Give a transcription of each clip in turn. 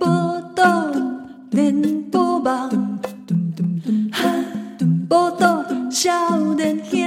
报道连波梦，报道少年兄。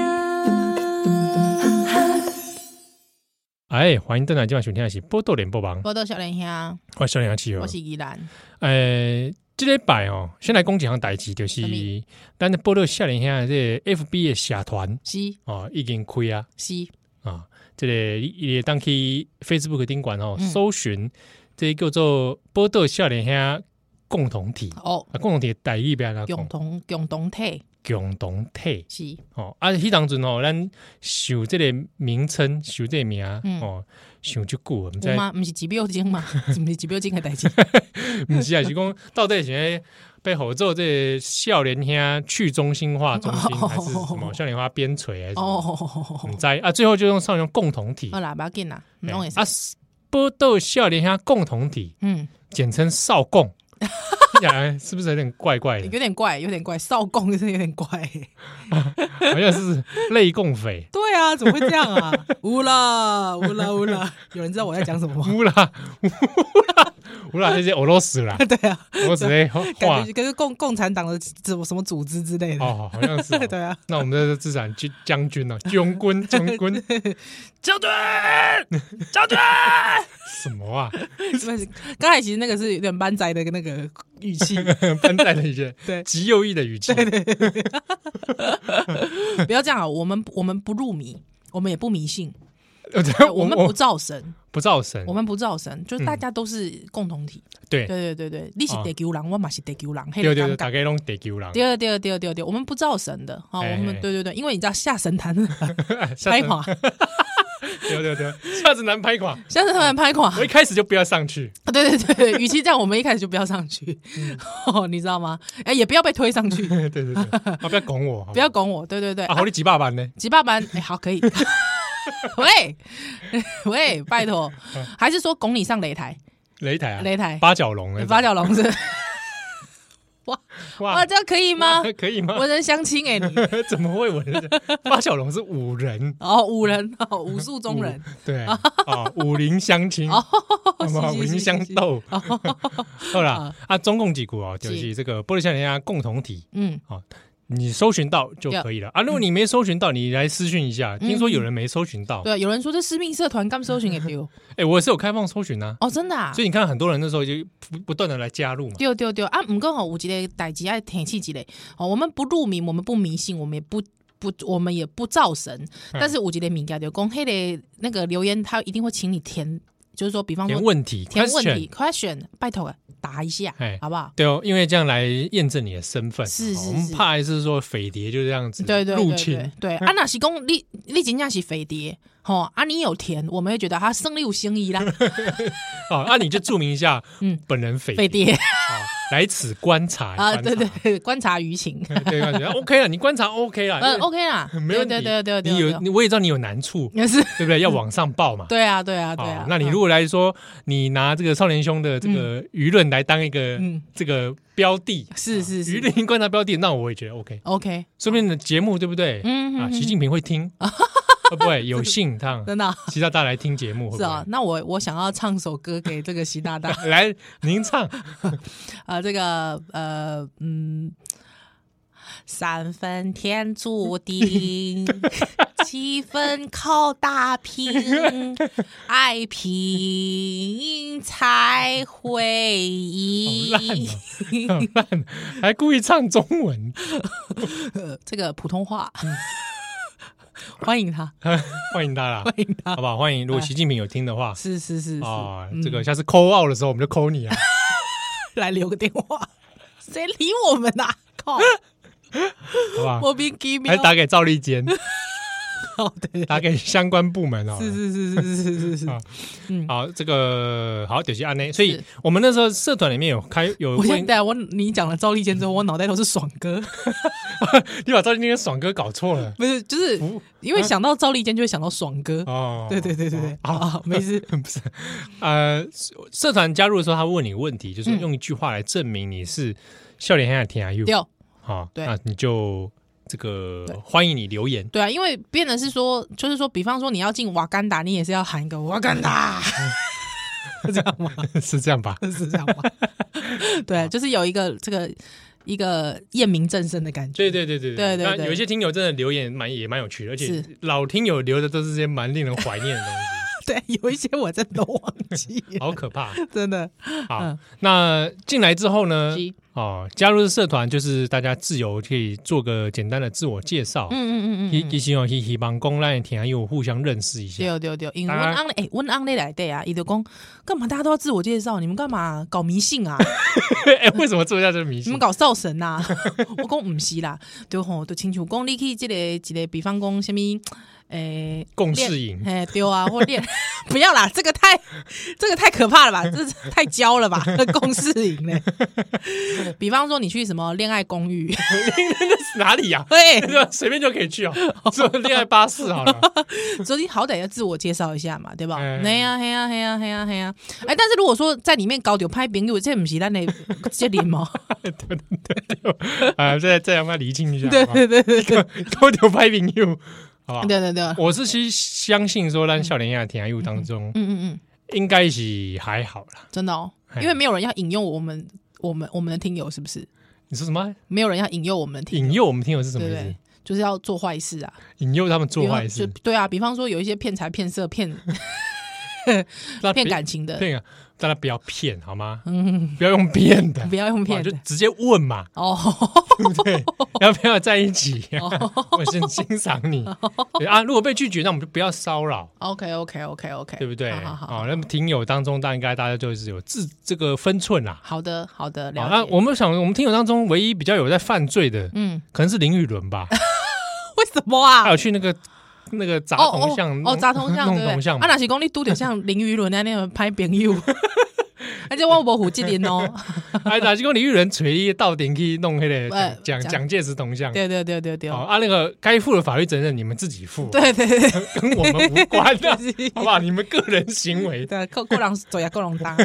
哎，欢迎登来今晚收听的是《波多连播榜》，我到小莲兄，我是小梁七哦我。是依兰，哎，这礼拜哦，先来讲一项代志，就是什么咱的波多少年兄的这个 FB 的社团是哦，已经开啊是，啊，这个你你会当去 Facebook 顶管哦，嗯搜寻这个叫做波多少年兄共同体哦，啊，共同体的代语边啊，共同共同体共同体。是，哦，啊，迄当阵哦，咱想即个名称，想即个名、嗯哦，想即久毋有知吗？不是指标 精嘛，是不是指标精的代志？毋是啊，是讲到底是要被吼做这个少年兄去中心化中心，哦还是什么少年化边陲还是什么？哦毋，知啊，最后就用少年共同体好啦，不要紧啦，嗯拢会啊，波斗少年兄共同体，嗯，简称少 共，听起来是不是有点怪怪的？有点怪，有点怪，少共就是有点怪。好像是类共匪。对啊，怎么会这样 啊？乌啦乌啦乌啦，有人知道我在讲什么吗？乌啦乌啦乌啦，这些俄罗斯啦， 哎对啊，我只会画感觉跟共共产党的什么什么组织之类的。哦，好像是哦、对啊，那我们这是自产军将 军哦，将军将军校准校准。什么啊？不是，刚才其实那个是有点班仔的那个语气， 班带的一些 对极右翼的语气，不要这样啊！我们我们不入迷，我们也不迷 信，我我我们我嗯不造神，不造神我，们不造神，就是大家都是共同体。对对对对对，你是啊地球人，我嘛是地球人，对嘿，哎对尴对，大尬。概拢地球人，第二，第二，第二，第二，第二，我们不造神的，好，哎我哎们对对对，因为你知道下神坛 下拍次垮，对对对，下次难拍 垮，下神坛拍 垮，我一开始就不要上去， 对对对，与其这样，我们一开始就不要上去，嗯 你知道吗？哎，也不要被推上去，对对对，啊不要拱我，不要拱我，对对对，啊，好你几百万呢？几爸班，哎、好，可以。 喂 喂，拜托，嗯还是说拱你上擂台？擂台啊，擂台八角笼啊，八角笼子，哇，哇啊这样可以吗？ 可以吗？文人相亲哎、你 怎么会我八角笼是五人，哦，五人哦，武术中人 对啊，武林相亲，哦，好不好？ 是是是蚊香是豆， 好啦 啊，啊，中共几股哦，就是是这个波利夏人家啊共同体，嗯，你搜寻到就可以了啊。如果你没搜寻到，你来私讯一下。听说有人没搜寻到，嗯对，有人说这私密社团干嘛搜寻给丢哎，我是有开放搜寻啊，哦，真的啊所。以你看很多人那时候就不不断的来加入嘛。对对对啊，唔过吼，有一个代志爱天气之类哦，我们不入迷，我们不迷信，我们也不不，我们也不造神，但是有一个名件就讲，迄个那个留言，他一定会请你填，就是说，比方填说问题，填问题，question，拜托答一下哎，好不好？对哦，因为这样来验证你的身份。是哦是我们是怕还是说匪谍就这样子对对入对侵对，对，啊，那是讲你你真正是肥碟，吼啊，你有填，我们会觉得他胜利有嫌疑啦，哦，那你就注明一下，嗯本人 匪 肥谍碟啊，来此观察啊，对观察对， 观察 舆情，对观察 OK 了，你观察 OK 了， 嗯，OK 啦， 没问题，对对对对对，你有你我也知道你有难处，也 是，对不对？要往上报 嘛。对啊对啊对哦啊，那你嗯如果来说，你拿这个少年兄的这个舆论来当一个嗯这个标的， 是是舆是论观察标的，那我也觉得 OK。 ，OK，说不定你的节目对不对？嗯啊，嗯习嗯近平会 听，会不会有幸他真的啊习大大来听节目？会是不啊，会？那我我想要唱首歌给这个习 大大来，您唱啊，这个呃嗯，三分天注 定，七分靠打拼，爱拼才会赢。好烂哦还故意唱中文， 这个普通话，欢迎他，欢迎他啦， 欢迎他好，不好？欢迎，如果习近平有听的话是是是是，啊，嗯这个下次扣 out 的时候我们就扣你啊。来留个电话， 谁理我们呐、靠，好不好？莫名其还妙是，打给赵立坚， 哦对，打给相关部门哦。是是是是是是是 啊是，好，这个好，就是安内。所以是我们那时候社团里面有开有我问现，在我你讲了赵立坚之后，我脑袋都是爽 哥，你把赵立坚跟爽哥搞错了不是，就是不因为想到赵立坚就会想到爽哥，哦。 对对对对对， 啊，没事， 不是，呃，社团加入的时候，他会问你个问题，就是嗯用一句话来证明你是笑脸黑暗天涯 U 六好，对那你就这个欢迎你留言。对啊，因为变的是说，就是说，比方说你要进瓦干达，你也是要喊一个瓦干达， 是这样吗？ 是这样吧？是这样 吗？对，就是有一个这个一个验明正身的感觉。对对对对对对那对有一些听友真的留言蛮也蛮有趣的，而且是老听友留的都是些蛮令人怀念的东 西， 对，有一些我真的忘 记了，好可怕。真的。好，嗯那进来之后呢是？哦，加入社团就是大家自由可以做个简单的自我介绍，嗯嗯嗯一一起哦，一起帮公让听友互相认识一下。对对对，因为当阮然翁诶，阮翁咧内底啊，伊就讲，干嘛大家都要自我介绍？你们干嘛搞迷 信啊？哎、为什么做一下这个迷你信们？搞造神呐、啊？ 我讲毋是啦，对吼，就亲像讲你去即、个一个，比方讲什物诶，共事 营诶，对啊，或练不要啦，这个太这个太可怕了吧，这是太娇了吧，共事营嘞。比方说你去什么恋爱公寓，是哪里呀、 对，随便就可以 去哦，做恋爱巴士好了。所以你好歹要自我介绍一下嘛，对吧？嗯哎呀，哎呀，哎呀，哎呀，哎呀！哎，但是如果说在里面搞丢拍饼，友，这不是咱的这里吗？ 啊，再再让他厘清一下，对对对对对高调拍评 you，好吧？对对对， 嗯我是其实相信说，咱笑脸亚田 you 当中嗯嗯，应该是还好啦。真的哦，哎因为没有人要引诱我们，我们我们的听友是不是？你说什么？没有人要引诱我们的听引友，诱我们听友是什么对意不思对？？就是要做坏事啊，引诱他们做坏比事方，就对啊，比方说有一些骗财、骗色、骗那 骗感情的，骗啊！大家不要骗好吗？ 嗯，不要用骗的，不要用骗哇就的直接问嘛，哦， 哦对不对？要不要在一起？ 我先欣赏你对啊！如果被拒绝，那我们就不要骚扰。 OK OK OK OK，对不对？好好好哦，那么听友当中，大概大家就是有自这个分寸啦。好的好的，好，了解。那我们想，我们听友当中唯一比较有在犯罪的，嗯，可能是林雨伦吧，为什么啊他？有去那个那个砸哦铜像，哦，弄哦砸铜像，弄对不铜对？像啊，嘛。若是讲你拄着像林雨伦安尼拍 朋友，而且我无负责任哦。哎，打是讲林雨伦锤一到顶去弄那 个呃蒋蒋蒋蒋介石铜像。对对对对对哦，，啊，那个该负的法律责任你们自己负，对对对对跟我们无关的，是好不好？你们个人行为对，够够人走呀，够 人当。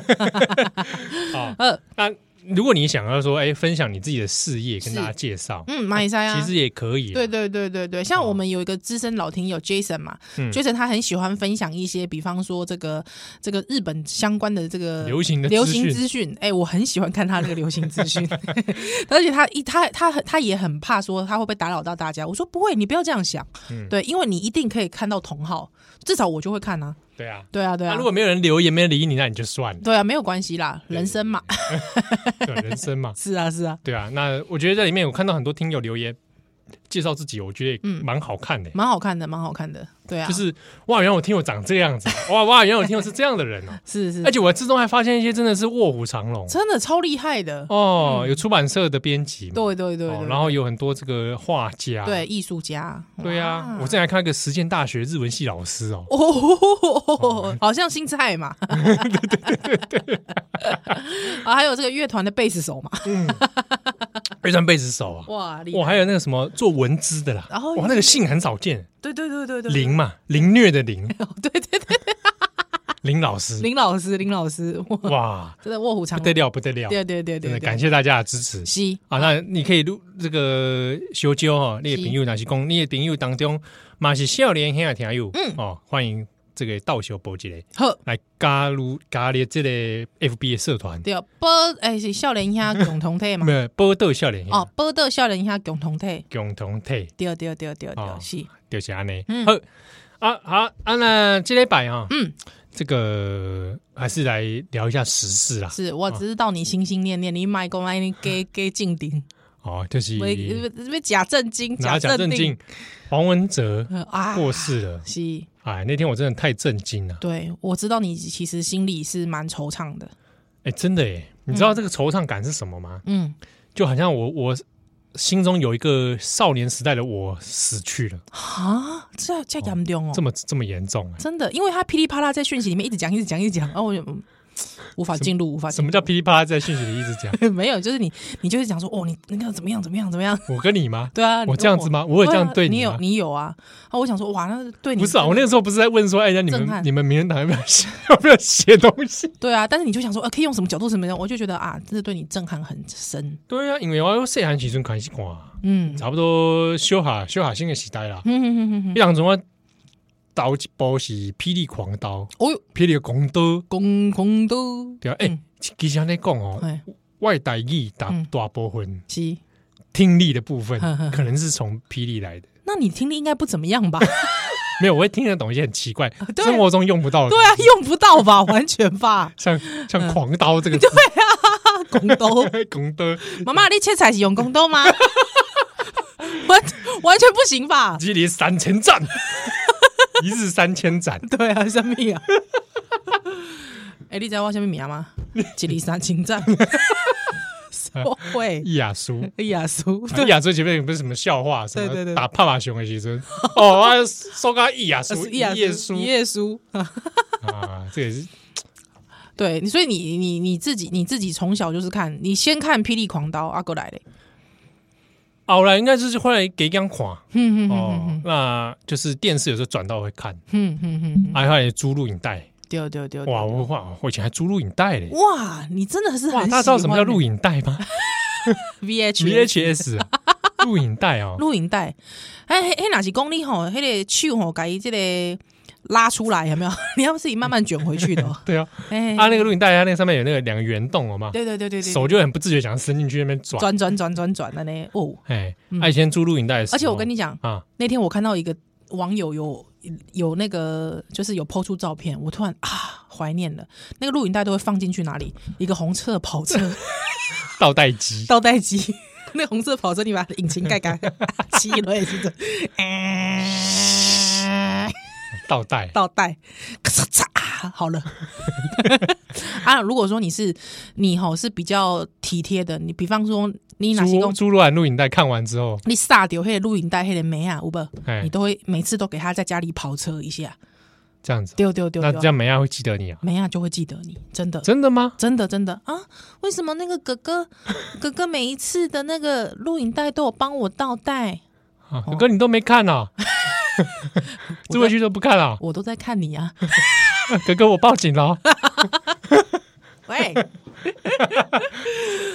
啊。呃，那如果你想要说，哎，分享你自己的事业，跟是大家介绍，嗯，马以赛啊，其实也可以啦。对对对对对，像我们有一个资深老听友 Jason 嘛、嗯 j a s o n 他很喜欢分享一些，比方说这个这个日本相关的这个流行的流资行讯资讯，哎、我很喜欢看他这个流行资讯， 而且他一他他他也很怕说他会不会打扰到大家，我说不会，你不要这样想，嗯对，因为你一定可以看到同号，至少我就会看啊，对啊，对啊对那、啊，如果没有人留言、没人理你，那你就算了，对啊没有关系啦，人生嘛，，对人生嘛 是啊是啊，对啊。那我觉得在里面我看到很多听友留言介绍自己，我觉得也嗯蛮好看的、蛮好看的蛮好看的，对啊，就是哇，原来我听友长这样子，哇哇，原来我听友是这样的人哦、 是是而，且我之中还发现一些真的是卧虎藏龙真的超厉害的，哦，有出版社的编辑嘛，对对对对哦，然后有很多这个画家，对艺术家，对啊哇，我之前还看一个实践大学日文系老师哦，哦，好像新菜 嘛，对对对对 啊，还有这个乐团的贝斯手嘛，二战贝斯手啊，哇，哦厉哇，害，还有那个什么做文字的啦，然后哇，那个姓很少见，对对对对对，哦凌嘛，凌虐的 凌，对对对， 林老师，林老师，林老师， 哇，哇，真的卧虎藏不龙，得对了，不得了，对对对真对，的感谢谢大家的支持西，啊！那你可以录这个修究哈，你的朋友哪是讲，你的朋友当中嘛是少年兄的听友，嗯哦，欢迎这个道修博一个呵，来加入加入这个 FB 的社团，对，波哎是少年兄共同体嘛没，有波豆少年兄哦，波到少年兄共同体，共同体对对对对哦对，是，就是安尼，嗯好啊好啊，那这礼拜哈，嗯，这个还是来聊一下时事啦，是我只知道你心心念念，你卖公安你给给静定，哦，啊就是不不不假正经，拿正奖正经，黄文哲呃啊，过世了。是。哎，那天我真的太震惊了！对，我知道你其实心里是蛮惆怅的。哎，真的哎，你知道这个惆怅感是什么吗？嗯，就好像我我心中有一个少年时代的我死去了，啊，这这严重哦，这么这么严重哎！真的，因为他噼里啪啦在讯息里面一直讲，一直讲，一直讲，然后我就嗯无法进入，无法什进么叫噼里啪啦在讯息里一直讲？入。 没有，就是你，你就是讲说，哦，你那个怎么样，怎么样，怎么样？我跟你吗？对啊，你我跟这样子吗？我有这样对你,、你有吗？你有啊？啊，我想说，哇，那 对你不是啊，我那个时候不是在问说，哎，那你震们撼你们名人堂要不要写 要不要写东西？对啊，但是你就想说，呃，可以用什么角度什么样？我就觉得啊，真的对你震撼很深。对啊，因为我细汉时阵开始看啊，嗯， 差不多小学小学生的时代啦。嗯哼哼哼哼迄当中我倒一部是《霹雳狂刀》，哦哟，霹雳狂刀公公都，对啊。哎、其实安尼讲哦，哎，外代语大嗯大部分是，听力的部 分呵呵，可能是从霹雳来的。那你听力应该不怎么样吧？ 没有，我会听得懂一些很奇怪对生活中用不到的对东西，。啊，嗯用不到吧， 完全吧像像狂刀 这个字，公都， 狂刀妈妈，你切菜是用公都 吗？完完全不行吧？一日三千斩， 一日三千斩。对啊，什么啊？哎、你知道我什么名吗？吉利三 情战，我会伊雅苏，哎呀叔，伊对，雅苏前面不是什么笑话，什么对对对打帕马熊的时 阵，哦，我收个伊雅苏，伊呀耶苏一页书，啊，这个是对，你所以你你你自己你自己从小就是看，你先看《霹雳狂刀》阿哥来嘞，后来应该就是后来给讲看 嗯嗯哦嗯，那就是电视有时候转到会看，嗯嗯嗯，还后来租录影带，对对对，哇，我哇，我以前还租录影带嘞，哇，你真的是哇，很大家知道什么叫录影影带 吗 VH ？VHS 啊录影带哦，录影带？哎哎哎，哪是功力吼？那个手吼，改这个拉出来有没有？ 你要自己慢慢卷回去的 哦，对啊，哎，啊，那个录影带，它那个上面有那个两个圆洞哦嘛，对对对对对，手就很不自觉想要伸进去那边转，转转转转转的呢，哦，哎，啊，以前租录影带的时候，而且我跟你讲，啊，那天我看到一个网友有有那个就是有抛出照片，我突然啊怀念了。那个录影带都会放进去哪里？一个红色的跑车 倒带 机，倒带机，那红色跑车你把引擎盖盖 吸了，也是这 哎倒带，倒带，咔嚓嚓啊好了。 啊，如果说你是你吼是比较体贴的，你比方说你哪些租公租录完录影带看完之后，你撒掉那个录影带，那个梅啊，有无？哎你，都会每次都给他在家里跑车一下，这样子，丢丢丢那丢这，样梅亚会记得你啊？梅亚就会记得你，真的，真的吗？真的，真的啊！为什么那个哥哥 哥哥每一次的那个录影带都有帮我倒带？啊，哦哥哥你都没看 啊，租回去都不看啊，我都在看你 啊！哥哥我报警了，喂，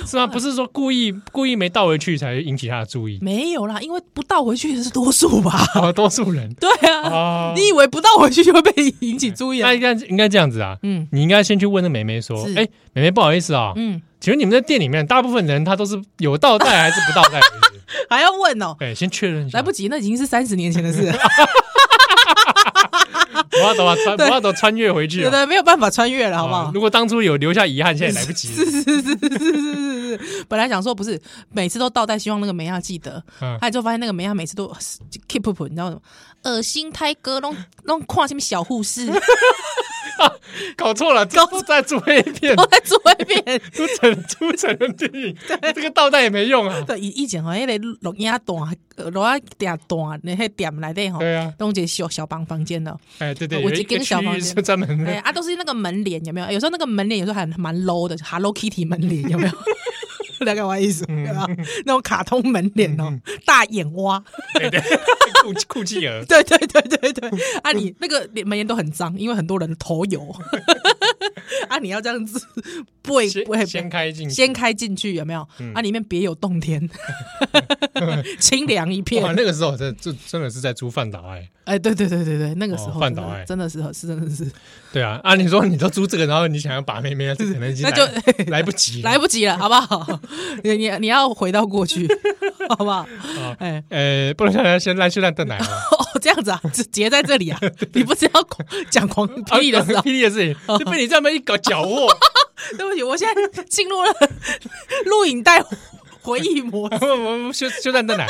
是吗？不是说故意故意没倒回去才引起他的注 意，没有啦，因为不倒回去的是多数吧？啊，多数人对啊，啊，你以为不倒回去就会被引起注意啊那？应该应该这样子啊，嗯你应该先去问那梅梅说，是哎，梅梅不好意思啊，嗯，请问你们在店里面，大部分人他都是有倒带还是不倒 带？还要问哦，对，先确认一下。来不及，那已经是三十年前的事了，我要等啊，穿我要等穿越回去对啊，对，没有办法穿越了，好不啊好？如果当初有留下遗憾，现在来不及了。本来想说不是每次都倒带，希望那个梅亚记得，嗯后来就发现那个梅亚每次都 keep up，你知道吗？恶心胎哥，弄弄跨什么小护士，搞错了，这是在做黑片都，在做一遍。出成出成人电影，这个倒带也没用啊。对，以以前吼，迄个录音段，呃录音店段，那迄店内底吼，对啊，弄一个小小房房间的，哎，对对，我有一只跟个区小域房是间专门哎的，啊，都是那个门帘有没哎有？有时候那个门帘有时候还蛮 low 的，Hello Kitty 门帘有没 有？了解我的意思？嗯有没有那种卡通门帘哦，大眼蛙。 对对， 酷酷气儿，对对对对对，啊，你那个脸门沿都很脏，因为很多人头油， 啊，你要这 样子不会不会先先开进去，嗯先开进去有没有？啊，里面别有洞天， 清凉一哇，片。那个时候真的真真的是在租饭岛哎，哎，对对对对对，那个时哦候范真岛的哎真的是是真的是对啊，啊，你说你都租这个，然后你想要把 妹妹，这可能已经那就来 来不及了， 来不及了，好不好？你你你要回到过去，好不好？哎。呃，不能让人先来去烂邓奶啊。 哦，这样子啊，就结在这里啊！你不是要狂讲狂霹雳 的事啊？霹雳的事 情，就被你这么一搞搅和， 对不起，我现在进入了录影带回忆模式。我我我修修蛋蛋奶。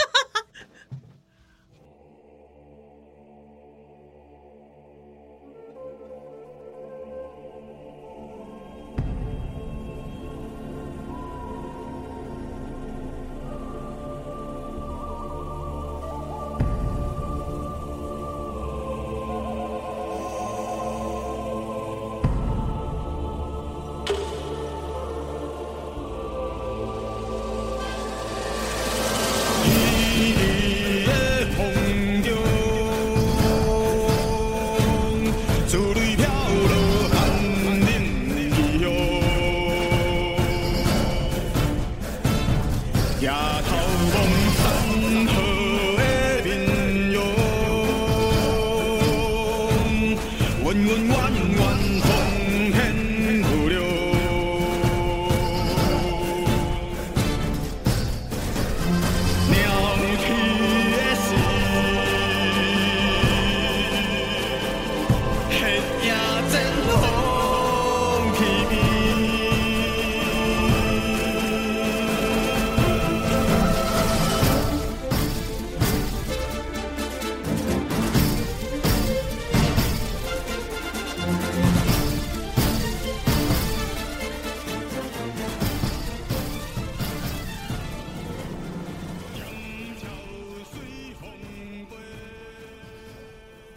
啊！头望山坡的面容，源源源源奉献不了。鸟去的时，黑夜真风起边。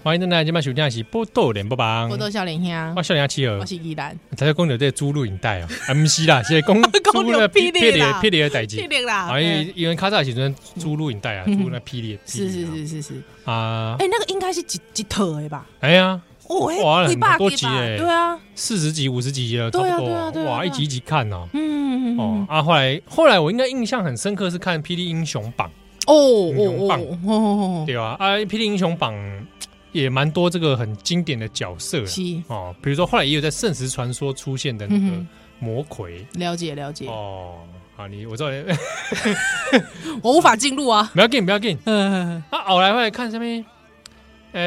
欢迎邓来今晚收听的是波豆联播榜我，都笑脸兄我，笑脸企鹅我，是依兰，他在讲到这个猪录影带哦，啊，不是 啦，现在讲讲到猪的霹雳霹雳啦霹雳的代霹志，雳啦，嗯啊，因为因为卡扎时阵猪录影带啊，猪那霹雳，是霹雳是啊是是是，啊，哎，那个应该是几几套的吧？哎呀，哦，哇哎，几很百多集集吧，欸对啊，四十集、五十集了，差对啊不多啊对啊对啊哇，对啊一集一集看哦。嗯，哦哦啊，后来后来我应该印象很深刻是看《霹雳英雄榜哦哦哦哦》，，对吧？啊，《霹雳英雄榜》也蛮多这个很经典的角色啦是哦，比如说后来也有在《圣石传说》出现的那嗯个哼魔魁了解了解，哦。好，你我知道， 我无法进入啊，不要紧，不要紧。 嗯，啊，后来后来看下面，呃，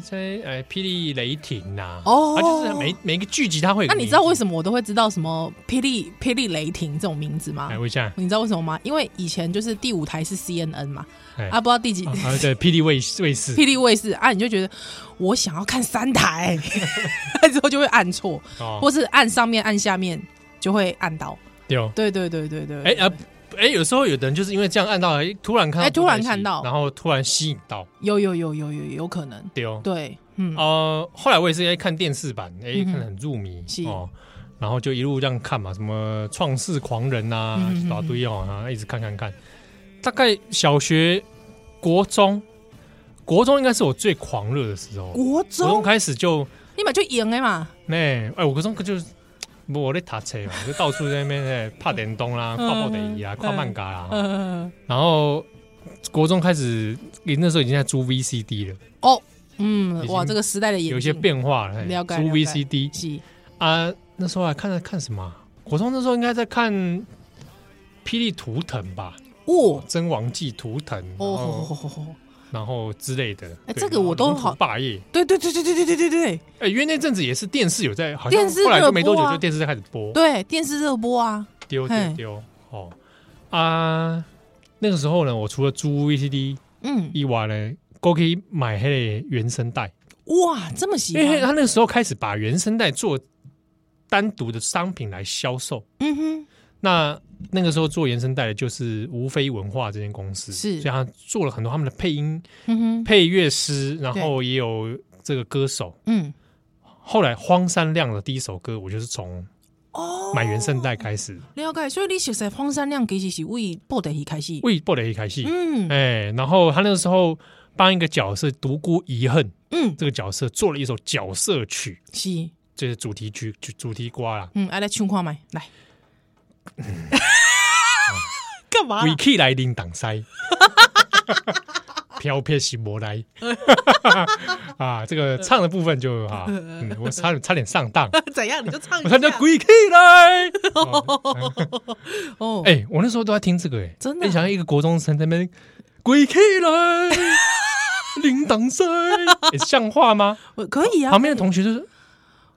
这呃，霹雳雷霆呐，哦啊，就是每每个剧集它会有那个名字。你知道为什么我都会知道什么霹雳霹雳雷霆这种名字吗哎，？我想， 你知道为什么吗？因为以前就是第五台是 CNN 嘛，哎啊，不知道第几啊，对，霹雳卫卫士，霹雳卫视啊，你就觉得我想要看 三台，之后就会按错，哦，或是按上面按下面就会按到。对哦，对对对对对，哎啊，哎，有时候有的人就是因为这样按到，哎，突然看到，哎突然看到然后突然吸引到，有有有有有有可能，对哦。对，嗯，呃，后来我也是在看电视版，哎，嗯哼看得很入迷是哦，然后就一路这样看嘛，什么《创世狂人》呐嗯哼，哼一大堆哦，然后一直看看看。大概小学、国中、国中应该是我最狂热的时候，国国中中开始就你买就赢 哎嘛，那哎，我国中就是。我在读册嘛，就到处在那边哎拍电动啦、看报电影啊、看漫画啦，嗯、然后国中开始，你那时候已经在租 VCD 了，哦，已嗯，经哇，这个时代的眼有一些变化了。嘿哎了解租了解 VCD 是啊，那时候还看了看什么啊？国中那时候应该在看《霹雳图腾》吧，哦《真王记图腾》然哦后，然后之类的。哎对这个我都然后龙好图霸业。对对对对对对对对对哎，因为那阵子也是电视有在，好像电视后来热就没多久播啊就电视在开始播，对，电视热播啊，丢嘿丢丢哦啊！那个时候呢，我除了租 VCD 嗯，以外呢，我可以买黑的原声带。哇，这么喜因为欢，他那个时候开始把原声带做单独的商品来销售。嗯哼，那那个时候做原声带的就是无非文化这间公司，是所以他做了很多他们的配音、嗯哼，配乐师，然后也有这个歌手。嗯，后来荒山亮的第一首歌，我就是从哦，嗯买原声带开始，了解，所以你熟悉荒山亮其实是为布袋戏开始，为布雷开戏，嗯哎，然后他那个时候帮一个角色独孤遗恨嗯，这个角色做了一首角色曲，是，就是主题曲、主主题瓜啦。嗯，啊来唱看麦，来， 干嘛鬼气来临挡塞，飘撇西摩 来啊！这个唱的部分就啊，嗯、我差点差点上 当，怎样？你就唱我差点叫鬼气来。哦， 哎、我那时候都在听这个、哎，真的啊你想一个国中生在那边鬼气来，临挡 塞，哎像话吗？我可以啊，旁边的同学就是，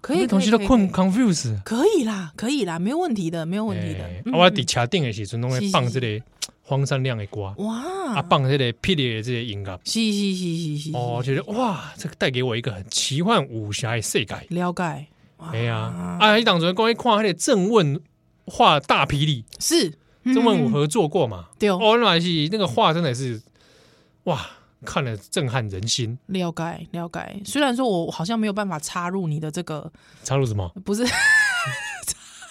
可旁边以，的同学都可以，困 confuse。可以啦，可以啦，没有问题的，没有问题的哎，嗯啊我伫车顶的时阵，拢会是是放这个荒山亮的歌，啊，哇，放这个霹雳的这个音乐。是是是是是，哦，觉得哇，这个带给我一个很奇幻武侠的世界。了解，哇哎呀，啊，一当初光一看那个郑问画大霹雳，是郑问我嗯合作过嘛？对，哦，那是那个画真的是哇，看了震撼人心。嗯了解了解。虽然说我好像没有办法插入你的这个，插入什么？不是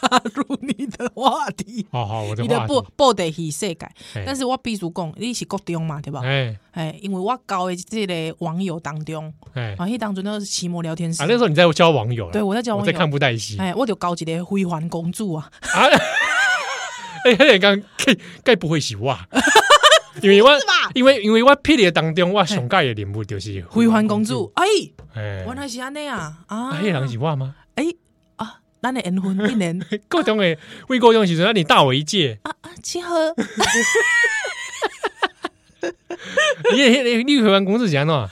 插入你的话题，好好，我的你的话不题。不得去世界，哎但是我必须讲，你是国中嘛，对吧？哎哎，因为我交的这个网友当中，哎啊，迄当中那是奇摩聊天室啊，那，时候你在交网友了，对我在交网我哎在友看布袋戏啊哎，我就交一个辉煌公主啊，哎，黑人刚该该不会是我？啊 因为我是吧哎因为因为我霹雳当中，我上届的人物就是回环公主，，哎，哎，原来是安尼啊啊！啊，黑人是我吗？哎啊，咱的缘分一 年高中诶，为高中时阵，那你大我一 届，啊啊，七号你也你你回完公司是安怎？啊，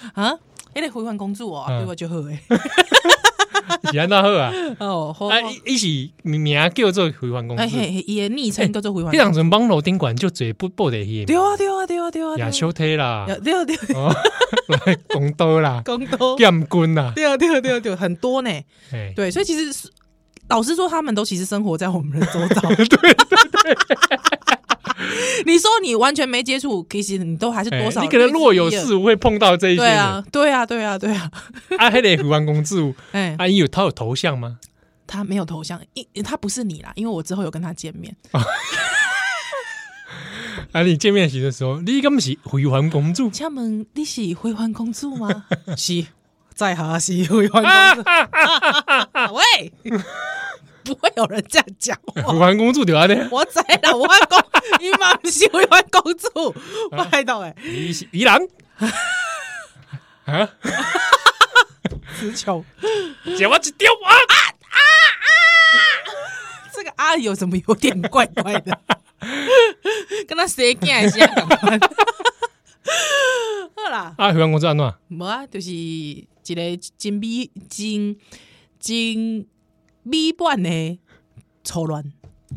迄个回环公主哦，嗯对我就好诶。 是安怎好啊？哦，好，好啊，伊伊是名叫做回环公哎哎司，嘿，伊的昵称叫做回环迄。当阵网络顶管就最不报的去对，啊，对啊，对啊，对啊，对亚啊小体啦，对啊，对啊，哦， 讲刀 啦，更 多，剑棍啦，对啊，对啊，对啊，对啊，很多呢。哎，对，所啊以其实是老实说，他们都其实生活在我们的周 遭。对你说你完全没接触，其实你都还是哎多少、你可能若有事会碰到这一些对人。啊，对啊，对啊，对啊。啊，迄个胡安公主，哎、啊，伊有他有头像吗？他没有头像，因他不是你啦，因为我之后有跟他见面。啊，你见面时的时候，你敢是回环公主？请问你是回环公 主吗？是，在下是回环啊公主。啊啊！ 喂， 不会有人这样讲回我。环公主对安尼，啊 我知啦，我公，你嘛不是回环公主， 啊我爱到哎，伊是 伊人啊，词穷。借我一丢啊！这个阿姨有什么有点怪怪 的？跟他谁干一下？好啦，啊，回环公主安怎？无啊，就是一个真美真真美版的丑乱，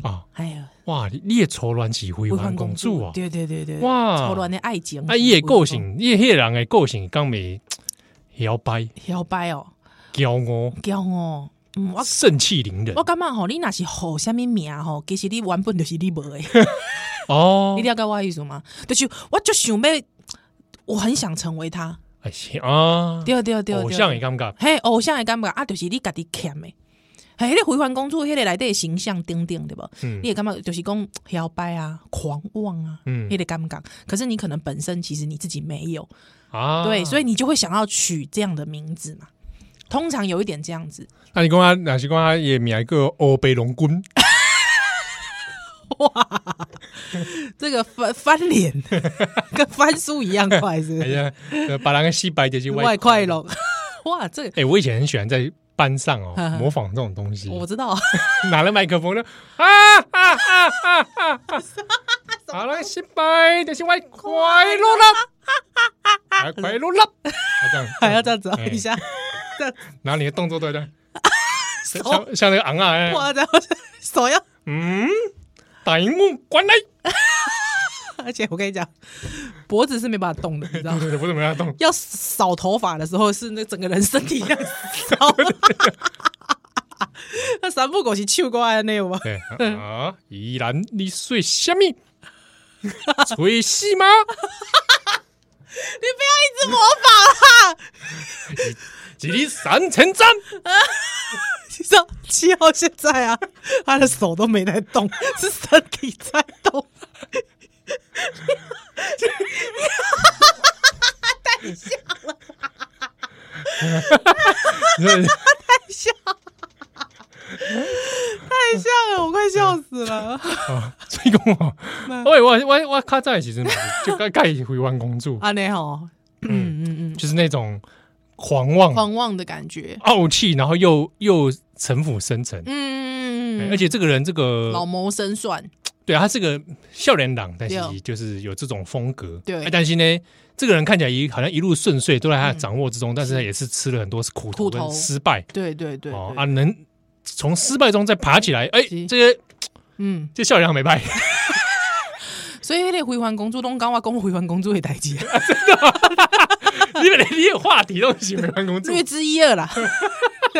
啊，哎呀，哇，你你的初恋是回环公主哦！对对对对，哇丑乱的爱情，啊，伊的个性，伊迄个人的个性，刚袂摇摆、摇摆哦，骄傲、骄傲，嗯，我盛气凌人我感觉吼，你若是好什么名吼，其实你原本就是你无 的。哦你。了解我的意思吗？就是我就想要，我很想成为他，哎是啊，对对对对，偶像的感觉，嘿，偶像的感觉啊，就是你家己欠的。嘿，迄个回环公主，迄个内底的形象顶顶对无？嗯你也感觉就是讲摇摆啊、狂妄啊，嗯迄个感觉。可是你可能本身其实你自己没有，啊，对，所以你就会想要取这样的名字嘛。通常有一点这样子，啊，你讲啊，若是讲啊，也名个欧北龙 君，这个翻翻脸 跟翻书一样快，是不哎是？呀，呃把人家洗白就是外外。快龙， 哇，这个哎，我以前很喜欢在班上 哦模仿这种东西，我知道。 拿了麦克风就啊啊啊啊啊 啊！好了，洗白就是外快乐了，啊快乐了，啊这样 还要这样子哦哎一下，这样然后你的动作都 这样，像手像像那个昂啊，哎哇，这样手要，嗯，打荧幕关来，而且我跟你讲，脖子是没办法动的，你知道吗？我怎么样动？要扫头发的时候，是那整个人身体要扫。 那三不狗是秋瓜的那吗？对啊，依然你睡虾米？吹戏吗？ 你不要一直模仿啦！一日三千赞，你知道七号现在啊，他的手都没在动，是身体在动。 笑，太像了，啊我快笑死了。 所以讲 哦，喂，我我我较早的时阵就该该回湾公主，阿内吼，嗯嗯嗯，就是那种狂妄、狂妄的感觉，傲气，然后又又城府深沉，嗯，哎而且这个人这老个谋深算，对他是个笑脸党，但对是就是有这种风格，对哎但是呢。这个人看起来一好像一路顺遂，都在他的掌握之中，但是他也是吃了很多苦头苦头跟失败，对对对，哦对啊，能从失败中再爬起来，哎、是这些嗯，这笑脸还没 败，所以迄个回环公主拢讲我讲回环公主的代志，啊 你本来你有话题都是没办公主略知一二啦，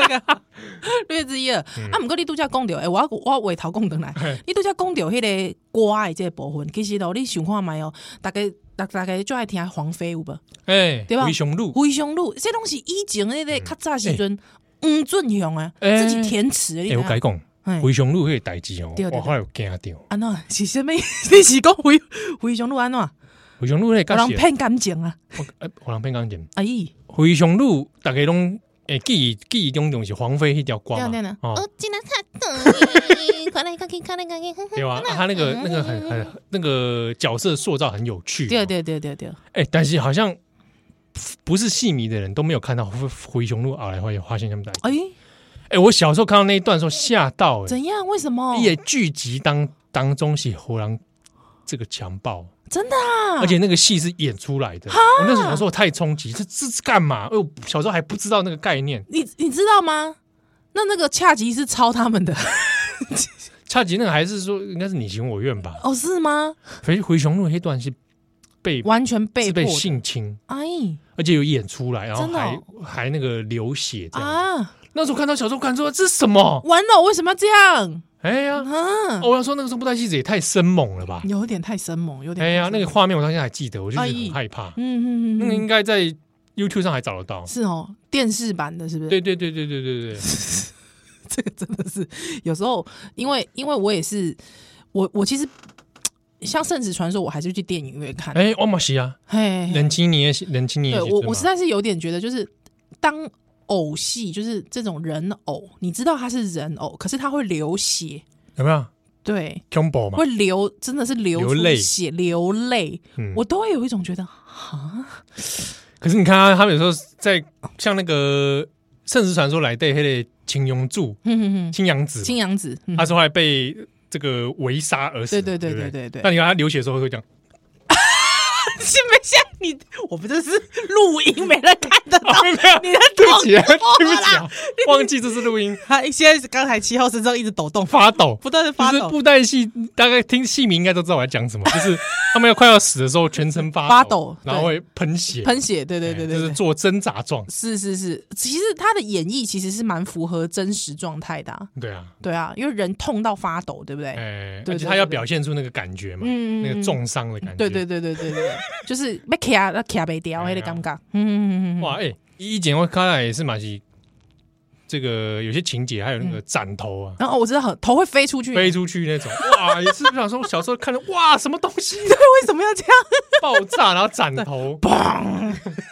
略知一二。嗯啊，毋过你拄则讲着，诶，我要我要回头讲转来，你拄则讲着迄个歌的即个部分，其实咯，你想看觅哦，大概大大概最爱听黄飞有无？哎，对吧回雄鹿，灰熊路，这拢是以前迄个较早时阵，黄俊雄啊，嗯欸自己填词的，哎、你知我道改讲嘿回雄鹿会代志哦嗯对对，对我后来有惊掉，安怎 是啥物？你是讲灰灰熊路安怎？回雄鹿那有个人是，呃骗感情啊！我哎我人骗讲讲，哎，回雄鹿大概拢诶，记忆记忆中总是黄飞一条光对嘛对呢，哦，哦，进来看，嗯快来看，快来看，对吧？啊他那嗯个那个很很那个角色塑造很有趣，对。对对对对，哎、但是好像不是戏迷的人都没有看到灰灰熊路熬来会发现他们的。哎、哎，我小时候看到那一段的时候吓到、欸，怎样？为什么？也剧集当当中是猴狼这个强暴，真的啊！而且那个戏是演出来的。我那时候想说我太冲击，这这是干嘛？哎，我小时候还不知道那个概念。你你知道吗？那那个恰吉是抄他们的 恰吉那个还是说应该是你情我愿吧？哦，是吗？回回熊路那段是被完全被是迫被的。性侵，哎而且有演出来，然后真的还、哦还那个流血这样。啊，那时候看到小时候看说这是什么？完了，为什么要这样？哎呀，啊，哦我要说那个时候布袋戏子也太生猛了吧？有点太生猛，有点哎呀，太生那个猛画面我到现在还记得，我就觉得哎很害怕。嗯嗯嗯那个应嗯嗯，该在 YouTube 上还找得到。是哦，电视版的是不是？对对对对对对对， 这个真的是有时候，因为因为我也是，我我其实像《圣子传说》，我还是去电影院看。哎，我马西啊，嘿，冷清你也是冷清你也嗯对是我真的我实在是有点觉得，就是当偶戏，就是这种人偶，你知道他是人偶，可是他会流血，有没有对， combo 嘛会？流，真的是流流出泪血，流泪，嗯我都会有一种觉得啊， 可是你看啊他，他们有时候在像那个《圣职传说》来对黑的秦永柱、哼哼哼，青阳子，嗯青阳子，嗯 他是后来被这个围杀而死嘛。对对对不对对对那你看他流血的时候会讲， 啊 信不信你？我不就是录音没人看得到没有，你的对不起啊，动作对不起啦啊，忘记这是录音， 他现在是刚才七号身上一直抖动， 发抖。不断的就是布袋戏，大概听戏名应该都知道我在讲 什么，就是他们要快要死的时候，全身发发抖然后对会喷血，喷血，对对哎对对就是对做挣扎状。是是是，其实他的演绎其实是蛮符合真实状态的、啊，对啊，对啊，因为人痛到发抖，对不对？哎，对而且对他要对表现出那个感觉嘛，嗯嗯那个嗯重伤的感觉。对对对对对 对，对就是被卡那卡被掉，哎呀那个尴尬，嗯嗯嗯嗯嗯，哇，哎、一剪我看来也是蛮是这个有些情节，还有那嗯个斩头啊，然后我知道很头会飞出去，飞出去那种，哇，也是不想说小时候看的，哇，什么东西对，为什么要这样？ 爆炸，然后斩头。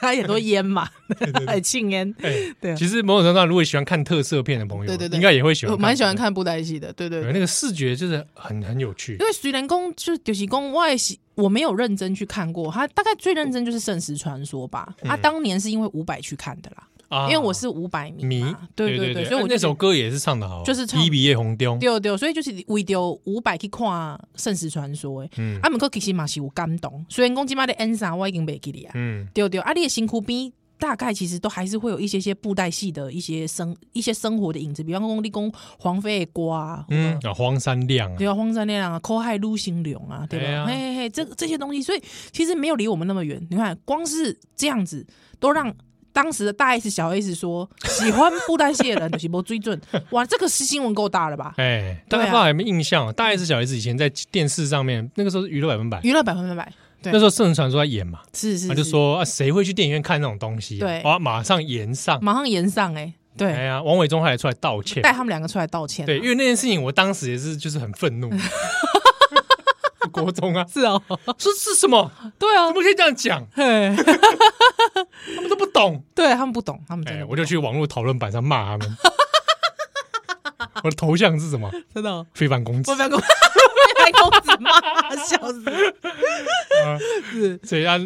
他很多烟嘛， 还禁烟， 哎、对啊其实某种程度上，如果喜欢看特色片的朋友，对对对，应该也会喜欢，我蛮喜欢。看布袋戏的，对对对，那个视觉就是很很有趣因。为虽然公就就是公外戏，我没有认真去看过，他大概最认真就是《圣石传说》吧。他、当年是因为伍佰去看的啦，嗯啊因为我是伍佰迷迷嘛，，对对啊对，所以我那首首歌也是唱的好，啊就是唱一比夜红雕，丢丢，所以就是为丢伍佰去看《圣石传说》诶、嗯啊，毋过其实嘛是有感动，虽然讲即摆的 N 啥我已经袂记哩啊，嗯，丢丢啊，你的辛苦边。大概其实都还是会有一些些布袋戏的一些生一些生活的影子，比方说你讲黄飞的歌啊，嗯，啊，荒山亮啊对，啊，荒山烈狼啊，口海撸行龙啊，对哎吧？呀嘿嘿嘿，这这些东西，所以其实没有离我们那么远。你看，光是这样子，都让当时的大 S、小 S 说喜欢布袋戏的人就是不追准，哇，这个是新闻够大了吧？ 哎，大对啊家不知道有没有印象？大 S 小 S 以前在电视上面，那个时候是娱乐百分百，娱乐百分之百，对那时候盛传说在演嘛，是是，他就是说啊，谁会去电影院看那种东西？对哇，马上延上。马上延上哎，哎对，呀，王伟忠还出来道歉带。他们两个出来道歉，对，因，为那件事情，我当时也是就是很愤 怒。国中啊，是哦，说是什么？对怎啊么，可以这样讲？嘿，他们都不懂。 对他们不懂，他们真哎，的我就去网络讨论版上骂他 们。我的头像是什么？真的哦，非凡公子我。不要跟我被白公子骂，笑死，是所以啊，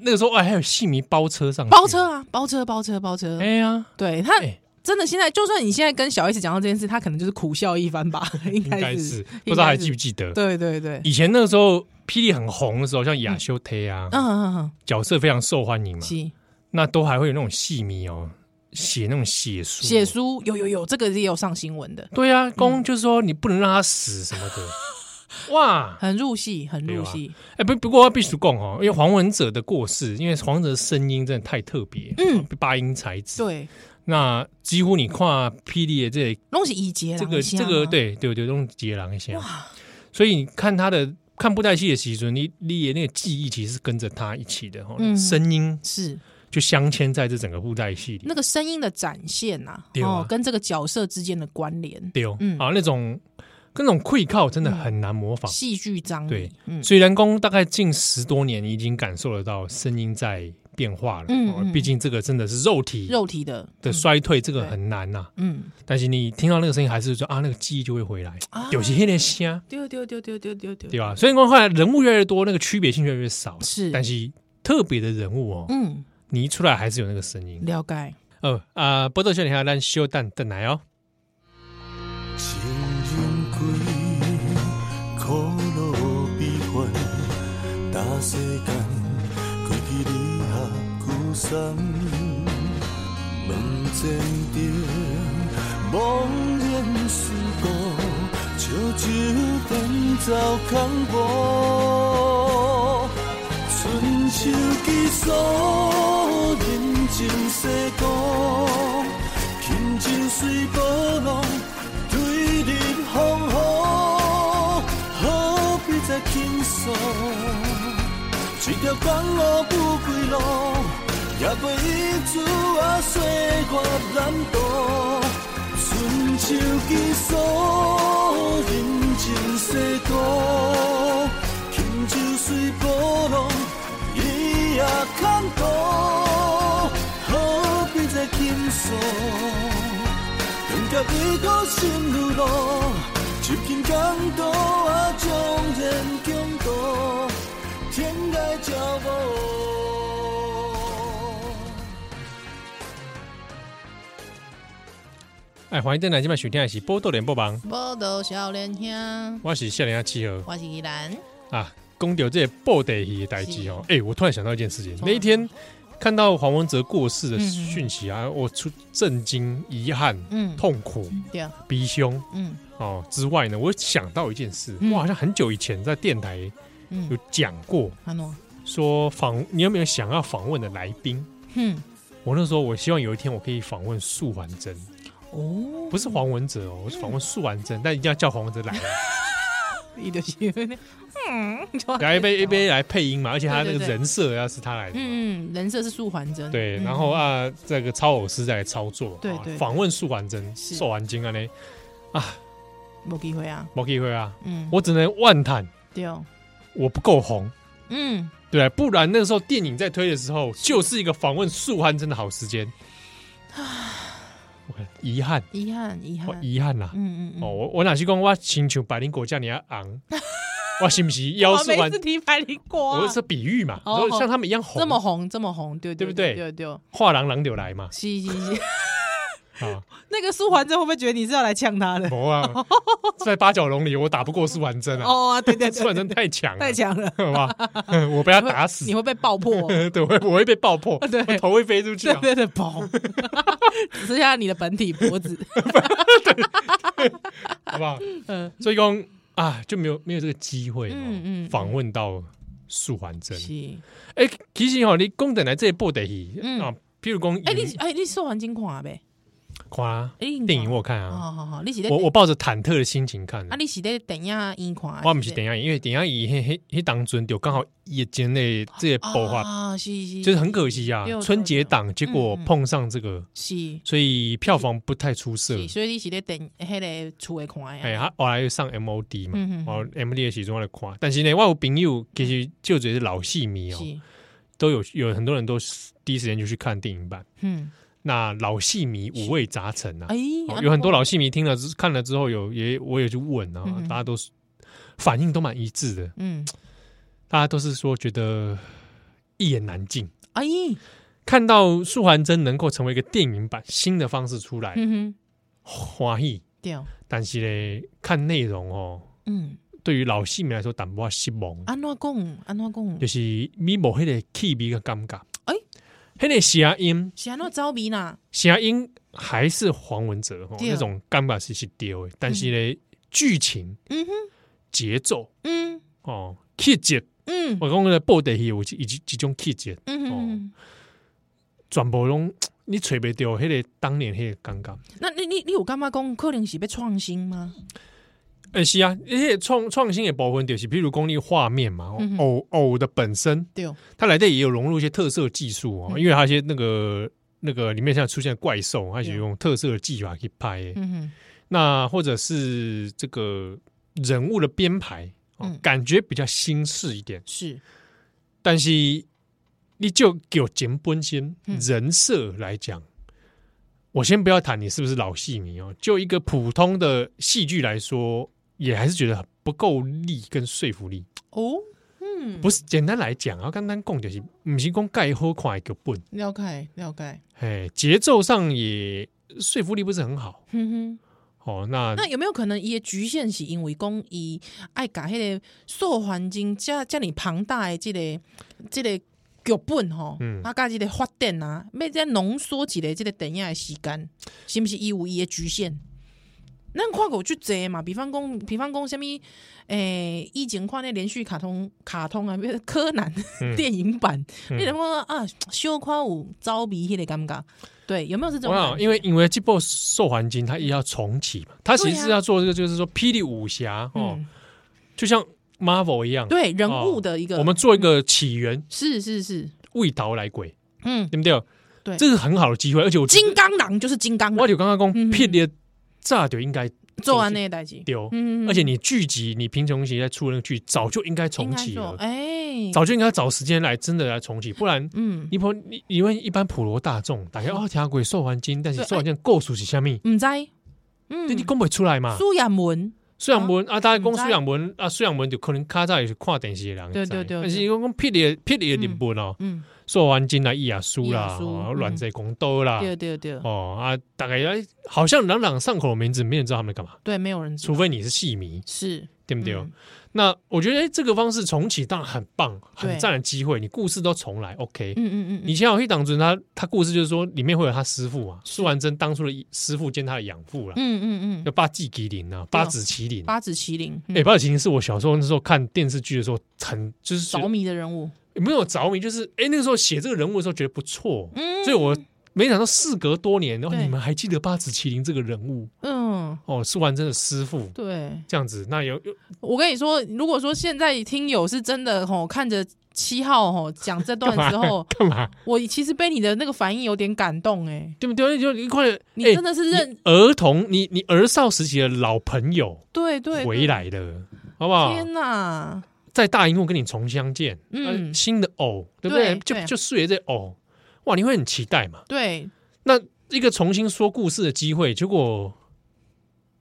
那个时候哎，还有戏迷包车上去包车。啊，包车，包车，包车，哎呀，对他哎真的现在，就算你现在跟小 S 讲到这件事，他可能就是苦笑一番吧，应应该该是是不知道还记不不？记得？对对对，以前那个时候，霹雳很红的时候，像亚修忒啊，嗯嗯嗯角色非常受欢迎嗯，嘛，是那都还会有那种戏迷哦，写那种血书，哦写，书嗯有有有，这个也有上新闻的，对啊，公就是说你不能让他死什么的，哇，很入戏，很入戏。哎，不不过我必须讲哦，因为黄文哲的过世，因为黄文哲的声音真的太特别，嗯，八音才子，对，那几乎你看霹雳的这拢是以杰这个这个，对对对，这种杰狼一些，啊哇，所以你看他的看布袋戏的习准，你你的那个记忆其实是跟着他一起的哈，哦嗯声音是就镶嵌在这整个布袋戏里。那个声音的展现呐，对啊哦，跟这个角色之间的关联，对哦，嗯啊，那种跟那种溃靠真的很难模仿。戏剧张对力，嗯，虽然公大概近十多年已经感受得到声音在变化了。嗯哦嗯毕竟这个真的是肉体肉嗯体的的衰退，这个很难呐、嗯，但是你听到那个声音，还是说啊，那个记忆就会回来，啊有些黑点虾，丢丢丢丢丢丢对丢，吧？所以说后来人物越来越多，那个区别性越来越少。是但是特别的人物哦，嗯，你一出来还是有那个声音。了解，哦啊，波多少年下咱小蛋等来哦。情人归，苦恼悲欢，大世间，归去你合聚散。问前程，茫然思故，笑酒颠走空无。春秋几所，人情世故，轻舟随波浪，推入风雨，何必再倾诉？一条江路不归路，也袂依主啊岁月难渡。春秋几所，人情世故，轻舟随波浪，伊也空渡，何必再倾诉？长甲美国新路路，手紧江渡啊，纵然强渡，天涯照无。哎，欢迎登来，今晚收听的是波多连播榜，波多少年兄，我是笑脸阿七和我是依兰，啊。公掉这些爆地戏的代际哦，哎、我突然想到一件事哦情，那一天看到黄文哲过世的讯息啊，我出震惊、遗憾、嗯，痛苦、对，悲凶嗯哦之外呢，我想到一件事，嗯我好像很久以前在电台有嗯，讲过，阿诺，说访你有没有想要访问的来宾？哼，我那时候我希望有一天我可以访问素还真，哦，不是黄文哲哦，我是访问素还真，但一定要叫黄文哲来啊，伊就是有点， 嗯，来一杯一，杯来配音嘛，而且他那对个对对人设啊要是他来的嘛。嗯，人设是素还真，对，嗯然后啊，这个超偶师再来操作，对啊对访问素还真、是素还真啊嘞，没机会啊，没机会啊，嗯，我只能万叹对，哦我不够红，嗯，对，不然那个时候电影在推的时候，就是一个访问素还真的好时间。我看遗憾，遗憾遗我憾，哦遗憾啦、嗯嗯嗯，哦，我我哪是讲我请求百灵果叫你要啊昂， 我是不是妖我素还每次？提白灵果，我是比喻嘛，哦然后像他们一样红，这么红这么红，对对不对对对对，画廊狼流来嘛是是是。啊， 那个苏环真会不会觉得你是要来呛 他的？没啊， 在八角笼里我打不过苏完真啊，哦，对对苏对，完真太强了，太，强了，好吧，我被他 打死你，会被 爆破。对，我会我会被爆破，对我头会飞出去 对啊，对对，爆，只剩下你的本体脖子。好不好？嗯，所以讲啊，就没有没有这个机会哦嗯嗯嗯访问到素还真。是。哎，其实哦，你讲等来这一部得戏嗯啊，譬如讲，哎，你哎，你苏环金看呗？看啊哎，你电影我有看啊，好好好，你是在我我抱着忐忑的心情看的啊，。你是在等一下影看还？我不是等一下，因为等一下以迄迄迄当中就刚好夜间内这些爆发，啊，是是，就是很可惜啊对。春节档结果嗯嗯碰上这个，是。所以票房不太出色。是所以你是在等迄个厝的啊看嗯哎，呀？他后来又上 MOD 嗯嗯嗯嗯嘛，哦 MOD 的时钟来看，但是呢，我有朋友其实就只是老戏迷哦，是，都有有很多人都是第一时间就去看电影版。嗯，那老戏迷五味杂陈啊哎，，哦啊有很多老戏迷听了之看了之后有也我也去问啊嗯嗯，大家都是反应都蛮一致的。嗯，大家都是说觉得一言难尽。哎，看到素还真能够成为一个电影版新的方式出来，嗯哼，欢喜。对，哦但是嘞，看内容哦，嗯，对于老戏迷来说，淡薄失望，安怎讲？安怎讲就？是咪无迄个气味的感觉。哎迄个声音，是安怎走迷啦？声音还是黄文哲哦，对那种感觉是是丢的。但是嘞，剧情、嗯哼，节奏嗯哦，气质，嗯我讲个布袋戏有一一一种气质。嗯哼嗯，哦全部拢你找袂到迄个当年迄个感觉。那你你你有感觉讲可能是要创新吗？诶、是啊，迄个创创新的部分就是，譬如讲你画面嘛哦嗯，哼偶偶的本身，对，哦它来这也有融入一些特色技术哦，嗯因为它一些那个那个里面现在出现的怪兽，它是用特色的技法去拍的。嗯哼，那或者是这个人物的编排，哦嗯感觉比较新式一点，是，但是。你就有节本身人设来讲，我先不要谈你是不是老戏迷哦，就一个普通的戏剧来说，也还是觉得不够力跟说服力。哦，嗯，不是简单来讲啊，刚刚讲就是，不是讲盖好看的剧本，了解了解，哎，节奏上也说服力不是很好哼嗯哼。哦。那那有没有可能伊的局限是因为讲伊爱甲迄个受环境遮遮尔庞大的即、个即、这个剧本吼，嗯啊，甲即个发展啊，要再浓缩一个即个电影的时间，是毋是伊有伊的局限？咱看过就济嘛，比方讲，比方讲，什物诶，以前看那连续卡通、卡通啊，比 如柯南、嗯电影版，你能不能啊，小看有招迷迄个感觉？对，有没有是这种我感想，觉？啊因为因为这部《受环境》它也要重启嘛，它其实是要做这个，就是说霹雳武侠哦，嗯，就像 Marvel 一样，对啊人物的一个，我们做一个起源，是是是，未逃来鬼，嗯，对不对？对这是很好的机会，而且我觉得金刚狼就是金刚我狼，就刚刚嗯讲嗯霹雳炸就应该做完那些代志，丢，嗯而且你剧集你贫穷期在出那个剧，早就应该重启应该说了，哎，早就应该找时间来真的来重启，不然。嗯，你普你因为一般普罗大众大概哦，条鬼受完金，但是对受完金构属是下面，唔知，嗯对，你啊讲不出来嘛。苏亚文，苏养文啊，大家不讲知苏养文啊，苏养文就可能较早也是看电视的人，对对对但是讲讲霹雳霹雳的日本哦，嗯，说完金来伊也输伊啦也，输哦嗯乱在讲多啦，对对对，啊哦啊，大概哎好像朗朗上口的名字，没人知道他们在干嘛，对，没有人知除道，非你是戏迷，是，对不对嗯？那我觉得哎这个方式重启当然很棒，很对赞的机会，你故事都重来，OK。嗯嗯嗯，你像我去党尊，他他故事就是说，里面会有他师傅嘛，苏完真当初的师傅兼他的养父啦，嗯嗯嗯叫嗯，八纪麒麟啊，八子麒麟，八子麒麟，嗯哎、八九麒麟是我小时候那时候看电视剧的时候很就是觉得着迷的人物，没有着迷，就是哎、那个时候写这个人物的时候觉得不错，嗯所以我没想到事隔多年，然后对你们还记得八子麒麟这个人物嗯，哦，是完真的师傅对，这样子，那有有我跟你说，如果说现在听友是真的吼，看着七号吼讲这段之后，干嘛我其实被你的那个反应有点感动哎，对不对？就一块你哎真的是认你儿童，你你儿少时期的老朋友对对，对回，来了，好不好？天哪，在大荧幕跟你重相见，嗯嗯，新的偶，对不对？对对就就素颜这偶，哇，你会很期待嘛？对，那一个重新说故事的机会，结果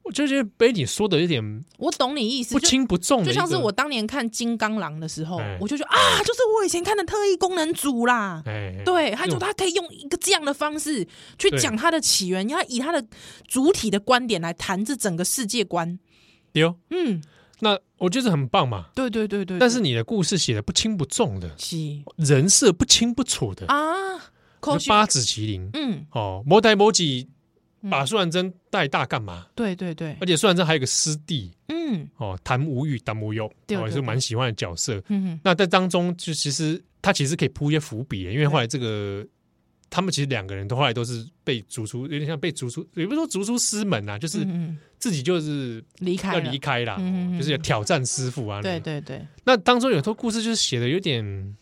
我就觉得被你说的有点我懂你意思，不就轻不重的就一个像是我当年看《金刚狼》的时候哎，我就觉得啊，就是我以前看的特异功能组啦。哎，对，那他就种他可以用一个这样的方式去对讲他的起源，他以他的主体的观点来谈这整个世界观。丢，嗯，那我觉得很棒嘛。对对对对。但是你的故事写的不轻不重的，是人设不清不楚的，啊，就扣是八子麒麟嗯，哦，摩代摩己把苏兰真带大干嘛？对对对，而且苏兰真还有个师弟嗯哦，谭无欲、谭无忧，对哦，也对是对蛮喜欢的角色。嗯那在当中就其实他其实可以铺一些伏笔的，因为后来这个他们其实两个人都后来都是被逐出，有点像被逐出，也不是说逐出师门啊，就是嗯嗯，自己就是离开要了离开啦，嗯嗯嗯就是要挑战师傅啊。对。对对，那当中有时候故事就是写的有点，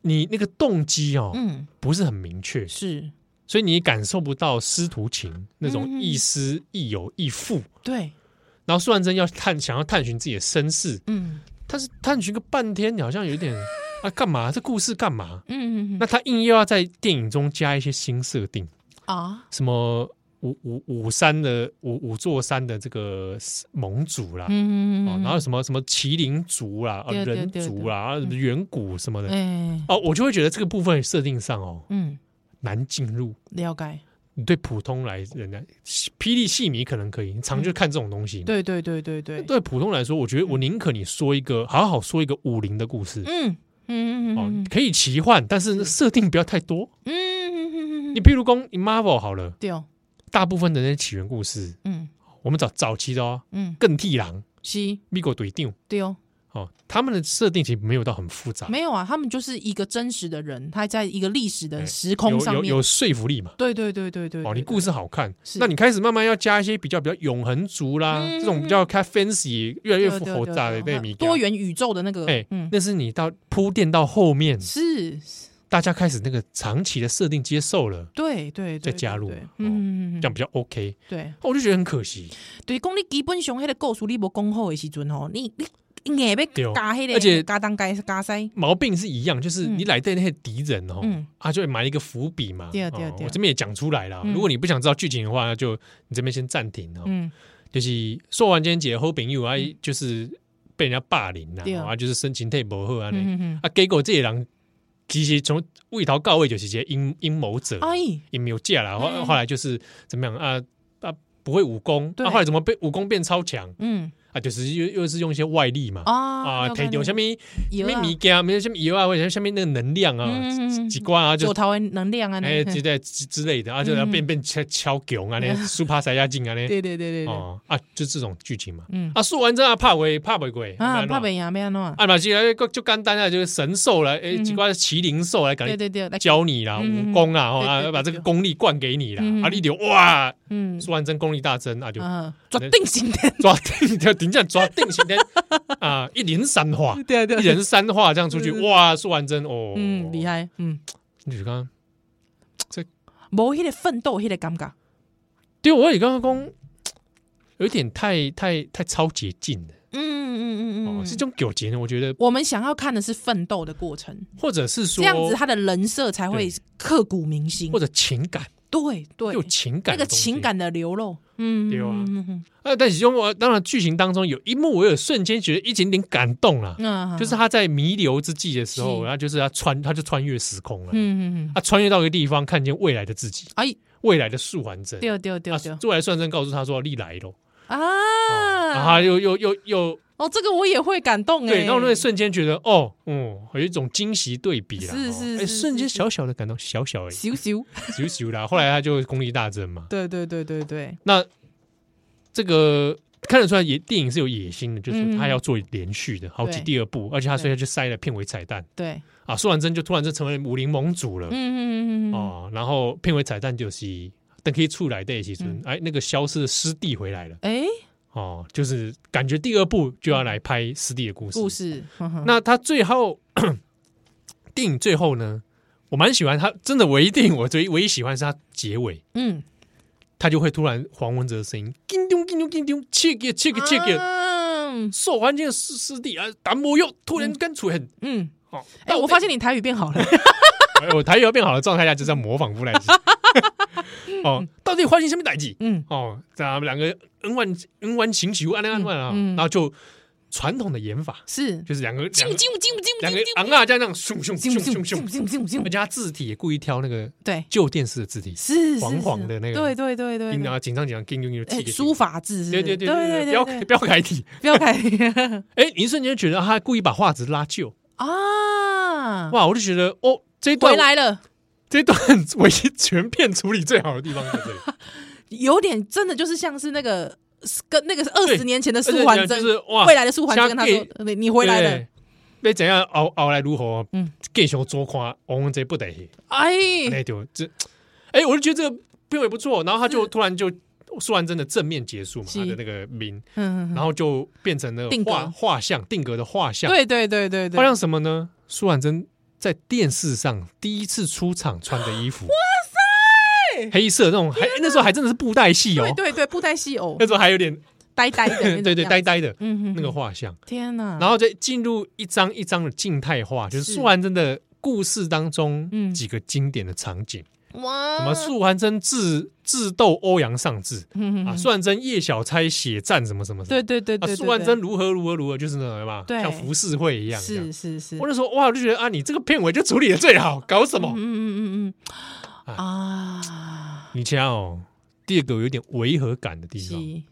你那个动机哦嗯不是很明确，是，所以你感受不到师徒情那嗯种嗯亦师亦友亦父。对，然后苏完真要探想要探寻自己的身世，嗯但是探寻个半天，好像有点啊干嘛？这故事干嘛？嗯嗯那他硬又要在电影中加一些新设定，啊，什么五五五山的五五座山的这个盟主啦，嗯哦，然后什么什么麒麟族啦、啊对对人对族对啦、啊远古什么的，哎，哦，我就会觉得这个部分设定上哦嗯，难进入。了解，你对普通来人来，霹雳戏迷可能可以，你常就看这种东西。嗯对对对对对，对普通来说，我觉得我宁可你说一个好好说一个武林的故事嗯嗯嗯哦嗯，可以奇幻，但是设定不要太多。嗯你譬如讲 Marvel 好了，对，大部分的那些起源故事，嗯我们找早期的哦，嗯更替狼、是，米狗对定对，哦，他们的设定其实没有到很复杂，没有啊，他们就是一个真实的人，他在一个历史的哎时有空上有面有，说服力嘛。对对对对对，哦，对你故事好看，是那你开始慢慢要加一些比较比较永恒族啦，嗯这种比较开 fancy 越来对越对复对合对杂的对那米多元宇宙的那个，哎，嗯，那是你到铺垫到后面，是，是大家开始那个长期的设定接受了，对对，再对加对入对嘛哦嗯嗯嗯嗯这样比较 OK。对。哦我就觉得很可惜，对，讲你基本上迄个故事你无讲好的时阵吼，你你硬被对嘎黑的，而且嘎当该嘎塞，毛病是一样，就是嗯你来对那些敌人哦嗯，他就会埋一个伏笔嘛。对对哦对啊我这边也讲出来了。嗯如果你不想知道剧情的话，那就你这边先暂停哦。嗯，就是说完今姐后朋友啊，就是被人家霸凌啦对，哦啊，就是深情退不好啊。嗯嗯啊，结果这些人其实从未逃告位就是些阴阴谋者嗯，，哎，也没有嫁啦。后嗯后来就是怎么样啊啊，不会武功，对啊，后来怎么被武功变超强嗯啊？就是又又是用一些外力嘛。啊啊，推掉下面面什么物件，没有什么油啊，或者下面那个能量啊，啊嗯几关啊九就桃的能量啊，哎那之对类之之类的啊，就嗯变变敲敲囧啊，那嗯苏帕塞亚进啊，那对对对对，哦啊，就这种剧情嘛。嗯啊，说完之后怕鬼怕鬼鬼啊，怕被牙被安诺，啊嘛，就来就简单啊，就是神兽来，哎，嗯几关麒麟兽来对感对对，来，教你啦，嗯武功啦，哦对对啊，对要把这个对功力灌给你啦嗯，啊，你就哇，嗯说完真功力大增啊，就啊，决定性 的，抓定，就顶下抓定型的啊，一连三 化。对一人三话这样出去，嗯哇，苏完真哦，嗯，厉，害，嗯，你就刚，无迄个奋斗迄个感觉，对我也刚刚讲，有一点太太太超捷径了，嗯嗯嗯哦，嗯，是这种纠结呢，我觉得，我们想要看的是奋斗的过程，或者是这说，样子他的人设才会刻骨铭心或。者情感，对对有，情感的那东个西情，感的流露，嗯，对啊嗯啊，但其中我当然剧情当中有一幕，我有瞬间觉得一点点感动啦，嗯，啊就是，他在弥留之际的时候，是然后就是他穿，他就穿越时空了，嗯嗯嗯，他穿越到一个地方，看见未来的自己，哎，未来的素还真，对对对对啊，，哦未来算真告诉他说，你来咯，然后啊，他又又又又。哦，这个我也会感动哎，对，让我那个瞬间觉得，哦，嗯，有一种惊喜对比啦，是哦是哎是瞬是间是小小的感动，小小而已，咻咻，咻咻啦。后来他就功力大增嘛。对对对对对，那这个看得出来也，电影是有野心的，就是嗯他要做连续的好几对第二部，而且他所以对他就塞了片尾彩蛋对，啊，苏完真就突然就成为武林盟主了嗯嗯嗯嗯嗯，哦。然后片尾彩蛋就是等可以出来的时候嗯哎，那个消失的师弟回来了哎，哦，就是感觉第二部就要来拍师弟的故事，故事，嗯那那他最后 电影最后呢，我蛮喜欢他，真的唯一电影我最唯一喜欢是他结尾，嗯，他就会突然黄文哲的声音，叮咚叮咚叮咚，切个切个切个，嗯受环境的师师弟啊，达摩又突然跟出很。嗯，哦，哎，我发现你台语变好 了，哎我台语要变好的状态下，就在模仿布莱基。 哦，到底发生什么代际？嗯哦，咱们两个恩怨恩怨情仇，安安安安啊，嗯嗯然后就传统的演法，是，就是两个两啾个啾啾啾两个啾昂啊，这样这样，咻咻咻咻咻，啾啾而啾且他字体也故意挑那个对，旧电视的字体，是黄黄的那个对对对对紧对，张紧张紧张，叮叮哎，叮，书，法字是不对对是，对对对，对对不要对不要改体。不要改 哎，你一瞬间觉得他故意把画质拉旧，啊！哇，我就觉得哦，这一段回来了，这一段唯一全片处理最好的地方在 这里，有点真的就是像是那个跟那个二对十年前的苏而且环就真，是哇，未来的苏环真跟他像说呃 gay，：“ 你你回来了。对。被怎样熬熬来如何？嗯嗯，继续做看，我们这不得行，”哎，那就这，哎，我就觉得这个片尾不错，然后他就突然就说完真的正面结束嘛，嗯是他的那个名，嗯，然后就变成了定格画画像定格的画像，对对对对画对，像什么呢？苏婉珍在电视上第一次出场穿的衣服，哇塞，黑色那种，还那时候还真的是布袋戏哦对，对对，布袋戏偶 那时候还有点呆呆的那种样 子，对对呆呆的嗯，嗯嗯那个画像，天哪，然后再进入一张一张的静态画，就是是苏婉珍的故事当中嗯几个经典的场景，哇，什么苏婉珍智智斗欧阳上志嗯嗯啊，嗯苏婉珍叶小钗血战什么什么什么对。对对啊，对，苏对万对珍如何如何如何，就是那种嘛，对像浮世绘一样。这样是是是，我那时候哇，我就觉得啊，你这个片尾就处理的最好，搞什嗯么？嗯嗯嗯嗯啊，你瞧哦，第二个有点违和感的地是方，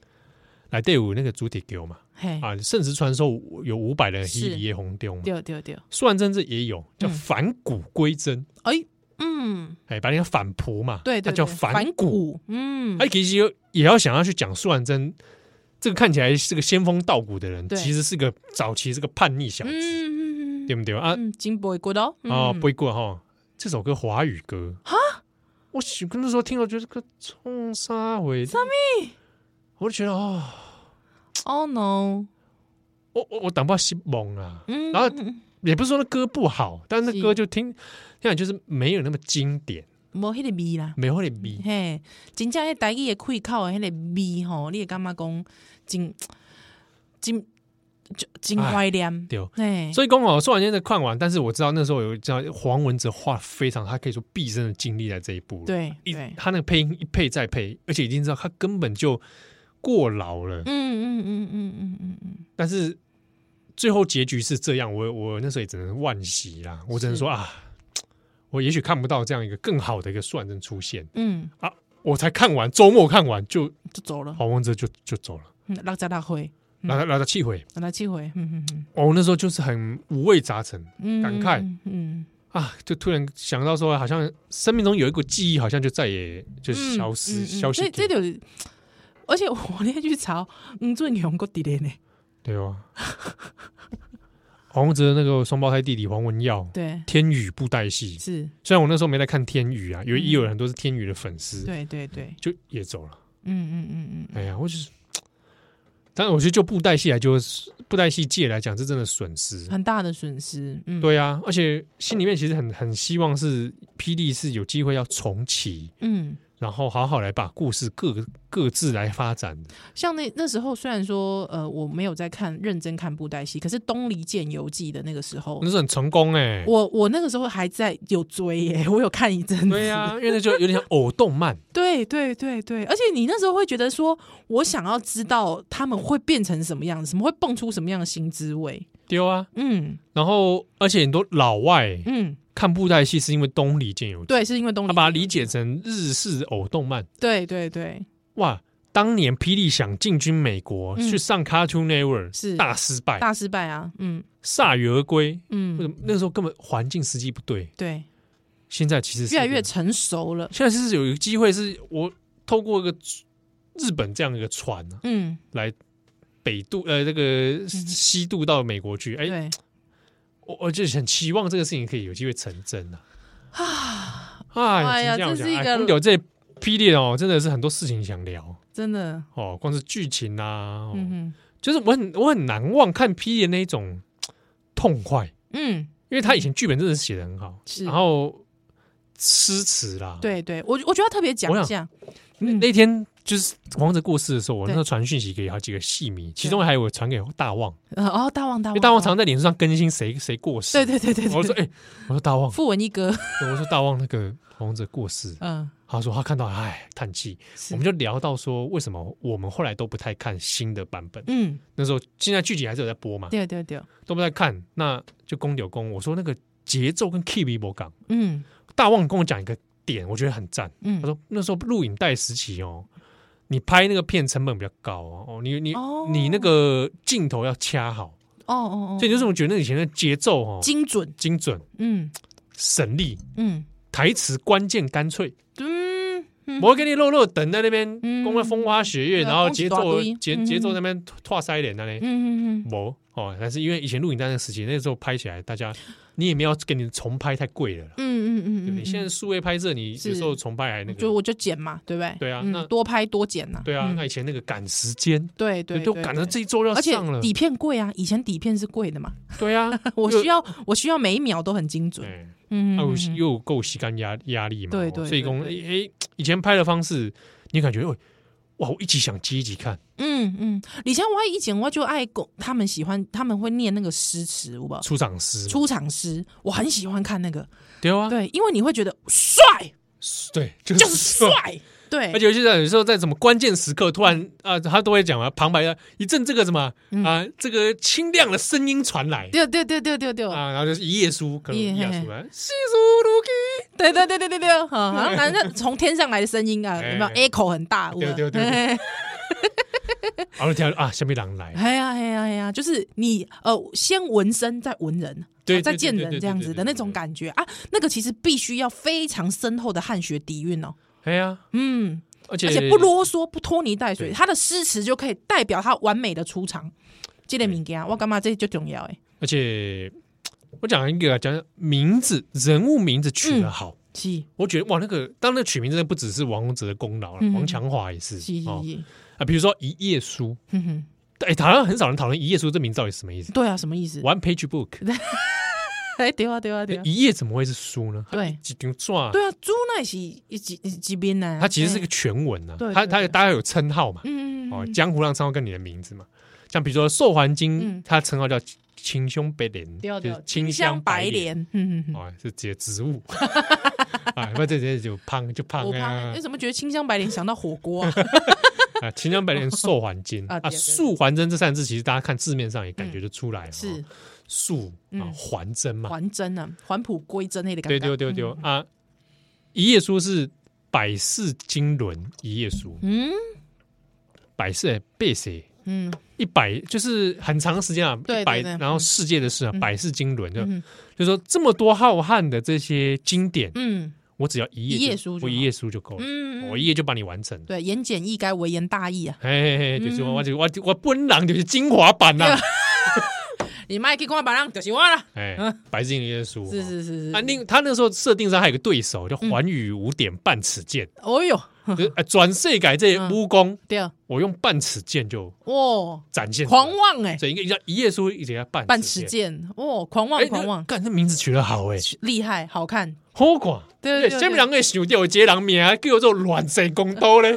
来队伍那个主体给我嘛嘿，啊，圣石传说有五百人是黑夜红丢嘛，对嗯对对，苏万珍这也有叫返古归真，哎，嗯，哎，把人家反扑嘛，对啊对，那叫对反骨。，嗯，哎，其实也要想要去讲苏万珍这个看起来是个仙风道骨的人，对其实是个早期是个叛逆小子，嗯嗯嗯对不对啊？嗯，金箔过刀啊，不会过哈。这首歌华语歌啊，我喜跟那时候听到觉得个冲杀回三米，我就觉得啊、 ，Oh no，我我我打不西蒙啊，嗯，然后嗯嗯也不是说那歌不好，但是那是歌就听听起来就是没有那么经典，无迄个味啦，没有那么迷。嘿，真正迄台语的开口的迄个味吼，你会感觉讲真真就真怀念，哎对。对，所以公哦，说完现在看完，但是我知道那时候有知道黄文哲花非常，他可以说毕生的精力在这一部了。对一对，他那个配音一配再配，而且已经知道他根本就过劳了。嗯嗯嗯嗯嗯嗯嗯，但是最后结局是这样，我我那时候也只能惋惜啦，我只能说啊，我也许看不到这样一个更好的一个算人出现，嗯，我才看完周末看完就就走了，黄文哲就就走了，嗯六十六回，嗯让他让他气回。六十七回，嗯嗯嗯哦，我那时候就是很五味杂陈嗯，感慨嗯，嗯，啊，就突然想到说，好像生命中有一个记忆，好像就再也就嗯消失、嗯嗯消失这掉。这就是，而且我那天去查，吴俊雄个伫咧呢，对哦，黄文哲那个双胞胎弟弟黄文耀，对，天宇布袋戏，是，虽然我那时候没在看天宇啊，有嗯也有很多是天宇的粉丝，对对对，就也走了。嗯嗯嗯嗯，哎呀，我就是，但我觉得就布袋戏来就，布袋戏界来讲，这真的损失。很大的损失，嗯，，对啊，而且心里面其实很很希望是霹雳是有机会要重启，嗯。然后好好来把故事各各自来发展的。像那那时候，虽然说呃我没有在看认真看布袋戏，可是《东离剑游记》的那个时候那，是很成功哎、我嗯我那个时候还在有追耶、我有看一阵子。对呀、啊，因为那就有点像偶动 漫， 对对对对，而且你那时候会觉得说，我想要知道他们会变成什么样子，什么会蹦出什么样的新滋味。丢啊。嗯然后，而且很多老外嗯，看布袋戏是因为东离剑游记，对，是因为东他离把它理解成日式偶动漫。对对对，哇，当年霹雳想进军美国，嗯去上 Cartoon Network 是大失败，大失败啊，嗯铩羽而归。为什嗯，么那时候根本环境时机不对？对，现在其实是越来越一个成熟了，现在是有一个机会，是我透过一个日本这样一个船啊，嗯，来北渡呃这个西渡到美国去。哎、对。我我就很期望这个事情可以有机会成真啊！啊，哎呀这样这讲是一哎个空有这霹雳哦，真的是很多事情想聊真的，哦，光是剧情啊，哦嗯哼，就是我很我很难忘看 P E 的那一种嘖痛快，嗯，因为他以前剧本真的是写的很好，是然后诗词啦，，对对，我我觉得要特别讲我一想下，那嗯那天就是王者过世的时候，我对那时候传讯息给好几个戏迷，其中还有我传给大旺，呃哦，大旺大因旺，为大旺常常在脸书上更新谁谁过世，对对对对对，我 说哎、我说大旺，傅文一哥，我说大旺那个王者过世，嗯，他说他看到哎叹气，是我们就聊到说为什么我们后来都不太看新的版本，嗯，那时候现在剧集还是有在播嘛，对对对，都不在看，那就公有公。我说那个节奏跟 key 比我港，嗯大旺跟我讲一个点，我觉得很赞。嗯，他说那时候录影带时期哦，你拍那个片成本比较高哦，哦你你、哦你那个镜头要掐好，哦哦哦，所以就是我觉得以前的节奏哦，精准，精准、嗯省力，嗯台词关键干脆，嗯嗯，我会给你肉肉等在那边，嗯公开风花雪月，对啊然后讲一节大奏堆节嗯节奏在那边跨塞脸那里。嗯嗯嗯，没哦，但是因为以前录影带那个时期，那时候拍起来，大家你也没有给你重拍太贵了啦。嗯嗯对不嗯，对？现在数位拍摄，你有时候重拍还那就个，我就剪嘛，对不对？对啊嗯那多拍多剪呐，对啊，那以前那个赶时间，对嗯对，都对赶对到这一周要而且上了，底片贵啊，以前底片是贵的嘛，对啊， 我又需要我需要每一秒都很精准，哎，嗯，又嗯嗯又够吸干压压力嘛，对哦对所以对讲，对哎，哎以前拍的方式，你感觉哦哇，我一集想接一集看，嗯嗯，以前我以前我就爱狗，他们喜欢他们会念那个诗词，我不出场诗嘛，出场诗，我很喜欢看那个，对啊，对，因为你会觉得帅对，就就是帅，对，而且有些人有时候在什么关键时刻，突然啊，他都会讲啊，旁白的一阵这个什么啊，这个清亮的声音传来嗯对对对对对对，啊，然后就是一页书，可能一页一页嘿书啊，细数如今对对对对对对，好好像反正从天上来的声音啊，有没有哎 echo 很大？对有没有对对对，然后听到啊，下面狼来，哎呀哎呀哎呀，就是你呃，先闻声再闻人，对啊对再对见对人对这对样对子对的那对种对感觉啊，那个其实必须要非常深厚的汉学底蕴哦，哎呀，嗯，而且而且不啰嗦，不拖泥带水，对他的诗词就可以代表他完美的出场。这类物件，我干嘛这就重要哎，而且我讲一个讲名字，人物名字取得好，是我觉得哇，那个当然那取名真的不只是王哲的功劳了，嗯王强华也是是是哦是，啊，比如说一页书，哼哼，哎，好像很少人讨论一页书这名字到底什么意思对啊，什么意思？ ，One Page Book，哎，对啊对啊对啊，一页怎么会是书呢？对几张抓，对啊，猪那是一几几边呢？它其实是哎个全文啊对，它对它对大家有称号嘛，嗯嗯嗯哦嗯，江湖上称号跟你的名字嘛，像比如说寿环金嗯，它称号叫清胸白莲，对啊就对是，清香白莲莲，嗯嗯嗯，啊，是指植 物啊，不，这这就胖就胖我怕啊为什么觉得清香白莲想到火 锅啊？啊，清香白莲寿环金 啊啊，对对对嗯素环真这三个字，其实大家看字面上也感觉就出来了，是哦素啊嗯环真嘛，还嗯真啊，还璞归真那个感对觉。对对对啊，一页书是百世经纶一页书，嗯百世的百世。嗯一百就是很长时间啊，对一百，对对然后世界的事啊，百世经纶，就嗯就说这么多浩瀚的这些经典，嗯我只要一页就一页书就好我一页书就够了，嗯，我一页就把你完成了。对言简意赅，微言大义啊。嘿嘿，嘿，就是我我就我我本人就是精华版 呐，你麦去看别人就是我啦。哎，白金一页书是是是是，嗯啊，另他那时候设定上还有个对手叫环宇五点半尺 剑，哦哟，就是哎转世改这嗯些武功，对，哇、我用半尺剑就哦，展现出来狂，妄哎、所以一个一页书一直要半办尺实剑，践，哦，狂妄哎，狂那妄，干这名字取得好哎，厉害，好看，好看。哎对对对下面两个想掉接人名啊，叫做乱世公刀 嘞，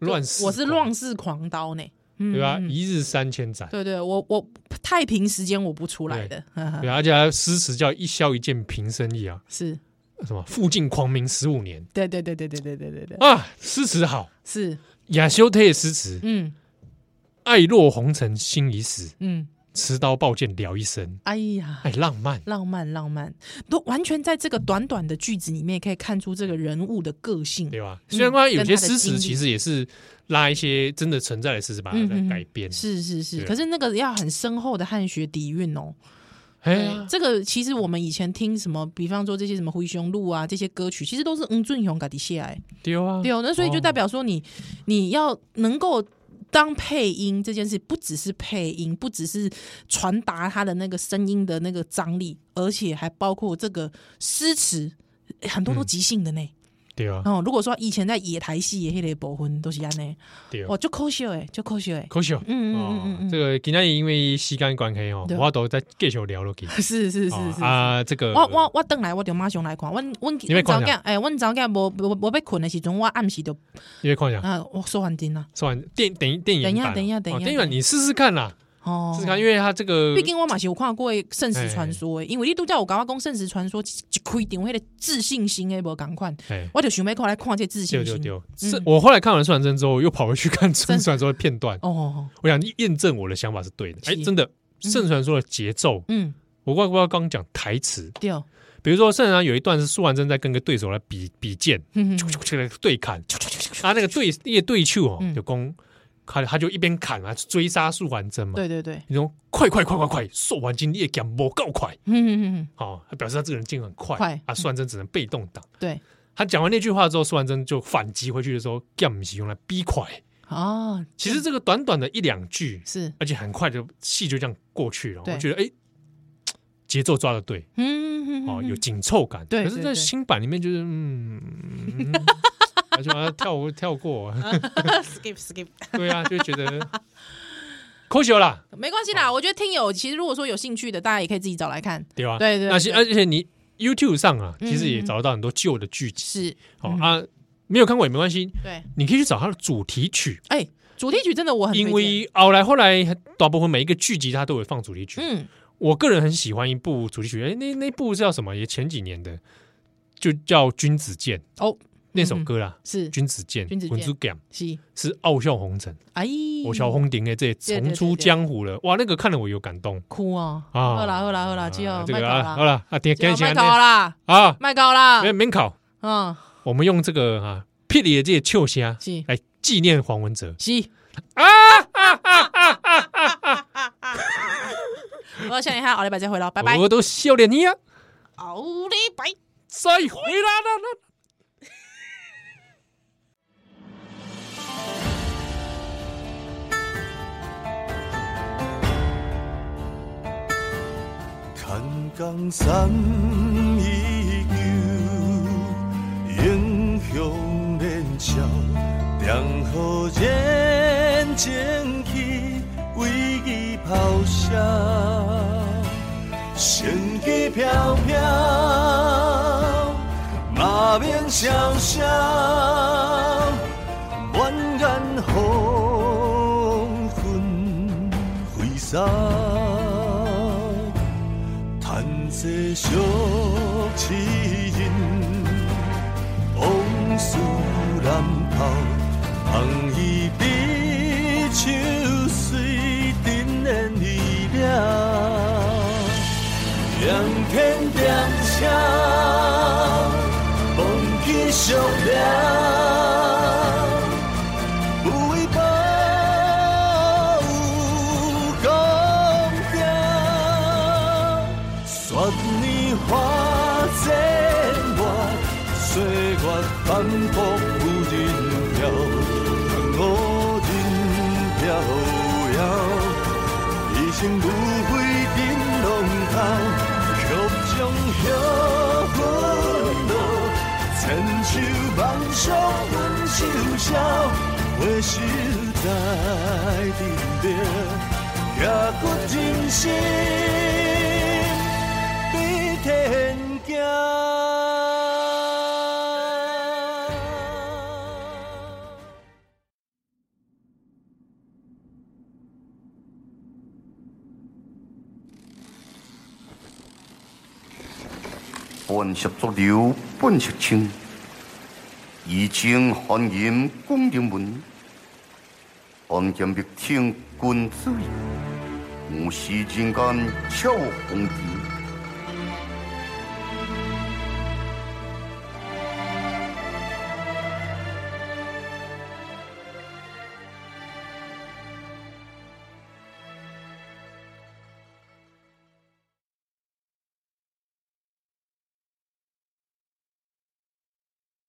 乱世我是公乱世狂刀呢，嗯对吧？嗯一日三千斩，对对，我我太平时间我不出来的，呵呵对啊，而且还诗词叫一箫一剑平生意啊，是，什么附近狂民十五年对对对对对对对对对，啊，诗词好，是，亚修特的诗词，嗯爱若红尘心已死，嗯，持刀抱剑聊一生，哎呀。哎，浪漫，浪漫，浪漫，都完全在这个短短的句子里面可以看出这个人物的个性。对吧？虽然说有些嗯跟他的诗词经历嗯其实也是拉一些真的存在的诗词把它再改编，是是是，对可是那个要很深厚的汉学底蕴哦。哎对呀，这个其实我们以前听什么，比方说这些什么《灰熊路》啊，这些歌曲，其实都是嗯俊雄给底下来。丢啊，对哦，那所以就哦代表说你、你要能够当配音这件事，不只是配音，不只是传达他的那个声音的那个张力，而且还包括这个诗词。很嗯多都即兴的呢，对啊，哦，如果说以前在野台戏的那类部分都是安尼，对啊哦，，就可惜哎，就可惜哎，可惜哦。嗯嗯嗯哦嗯，这个今天因为时间关系哦，对我都在继续聊落去。嗯， 是是是哦是是啊，这个我我我等来，我就马上来看。阮阮你要阮看早间，哎，阮早间无无无要困的时阵，我暗时就因为看一下，啊，我说完听啦。说完电电影电影等一下版哦等一下等一哦下电影等版一下你试试看啦，哦，试试看，因为它这个毕竟我嘛是有看过《圣石传说》的，因为你拄则有甲我讲《圣石传说》一开场迄个自信心的无共款，哎。我就想要过来看这自丢信丢心。丢！是我后来看完《算真》之后，又跑回去看《圣传说》的片段，哦，我想验证我的想法是对的。哎，是真的，《圣传说》的节奏，嗯，我怪不怪刚刚讲台词，对，比如说《圣传说》有一段是苏完真在跟个对手来比比剑，嗯就就来对砍，他那个对一对去哦，嗯就攻，他他就一边砍啊追杀素还真嘛，对对对，你说快快快快快，受完精力也不够快，嗯嗯嗯，哦，他表示他这个人进很快，快嗯啊，苏完真只能被动挡。对他讲完那句话之后，苏完真就反击回去的时候，干不是用来逼快。啊，其实这个短短的一两句，是，而且很快就戏就这样过去了，对我觉得哎，节奏抓的对，嗯哦，有紧凑感。对可是，对在对新版里面就是嗯， 而且把它跳跳过， skip skip， 对啊，就觉得抠球啦，没关系啦。我觉得听友其实如果说有兴趣的，大家也可以自己找来看。对吧？对对那些对而且你 YouTube 上啊，其实也嗯嗯嗯找得到很多旧的剧集，是，哦啊，没有看过也没关系，对，你可以去找它的主题曲，哎，主题曲真的我很啊推因荐为后来后来大部分每一个剧集它都有放主题曲。嗯，我个人很喜欢一部主题曲，哎，那那部叫什么？也前几年的，就叫《君子剑》哦，那首歌啦，是君子剑》君子剑文珠 game 是，是傲笑红尘，哎，我小红顶的这对重出江湖了，哇，那个看了我有感动哭哦，啊！好啦好啦好啦，啊只有这麦个搞啊，好啦，了啊，点只有点麦先搞啦，啊，麦搞啦，免免考，嗯，我们用这个啊霹雳的这个笑声是来纪念黄文哲。是。我想一下，奥利拜再回了，拜拜。我都笑脸你啊，奥利拜。再回来了。牵江山依旧，英雄连笑，长河人情去，为伊咆哮，生机飘飘，马面萧萧，满眼黄昏。送，趁世俗痴人，往事难抛，香伊比秋水阵烟已了。仰天点车，梦起上了，有为报公爹，雪年花千外，岁月反复有人飘，让我人飘摇。一生无悔顶浪头，曲中晓温柔，千手万绪阮手枵，回首在阵列，行过人生比天行。本色浊流，本色清，以情含吟讲人文，暗剑灭听君子意，无视人间笑红尘。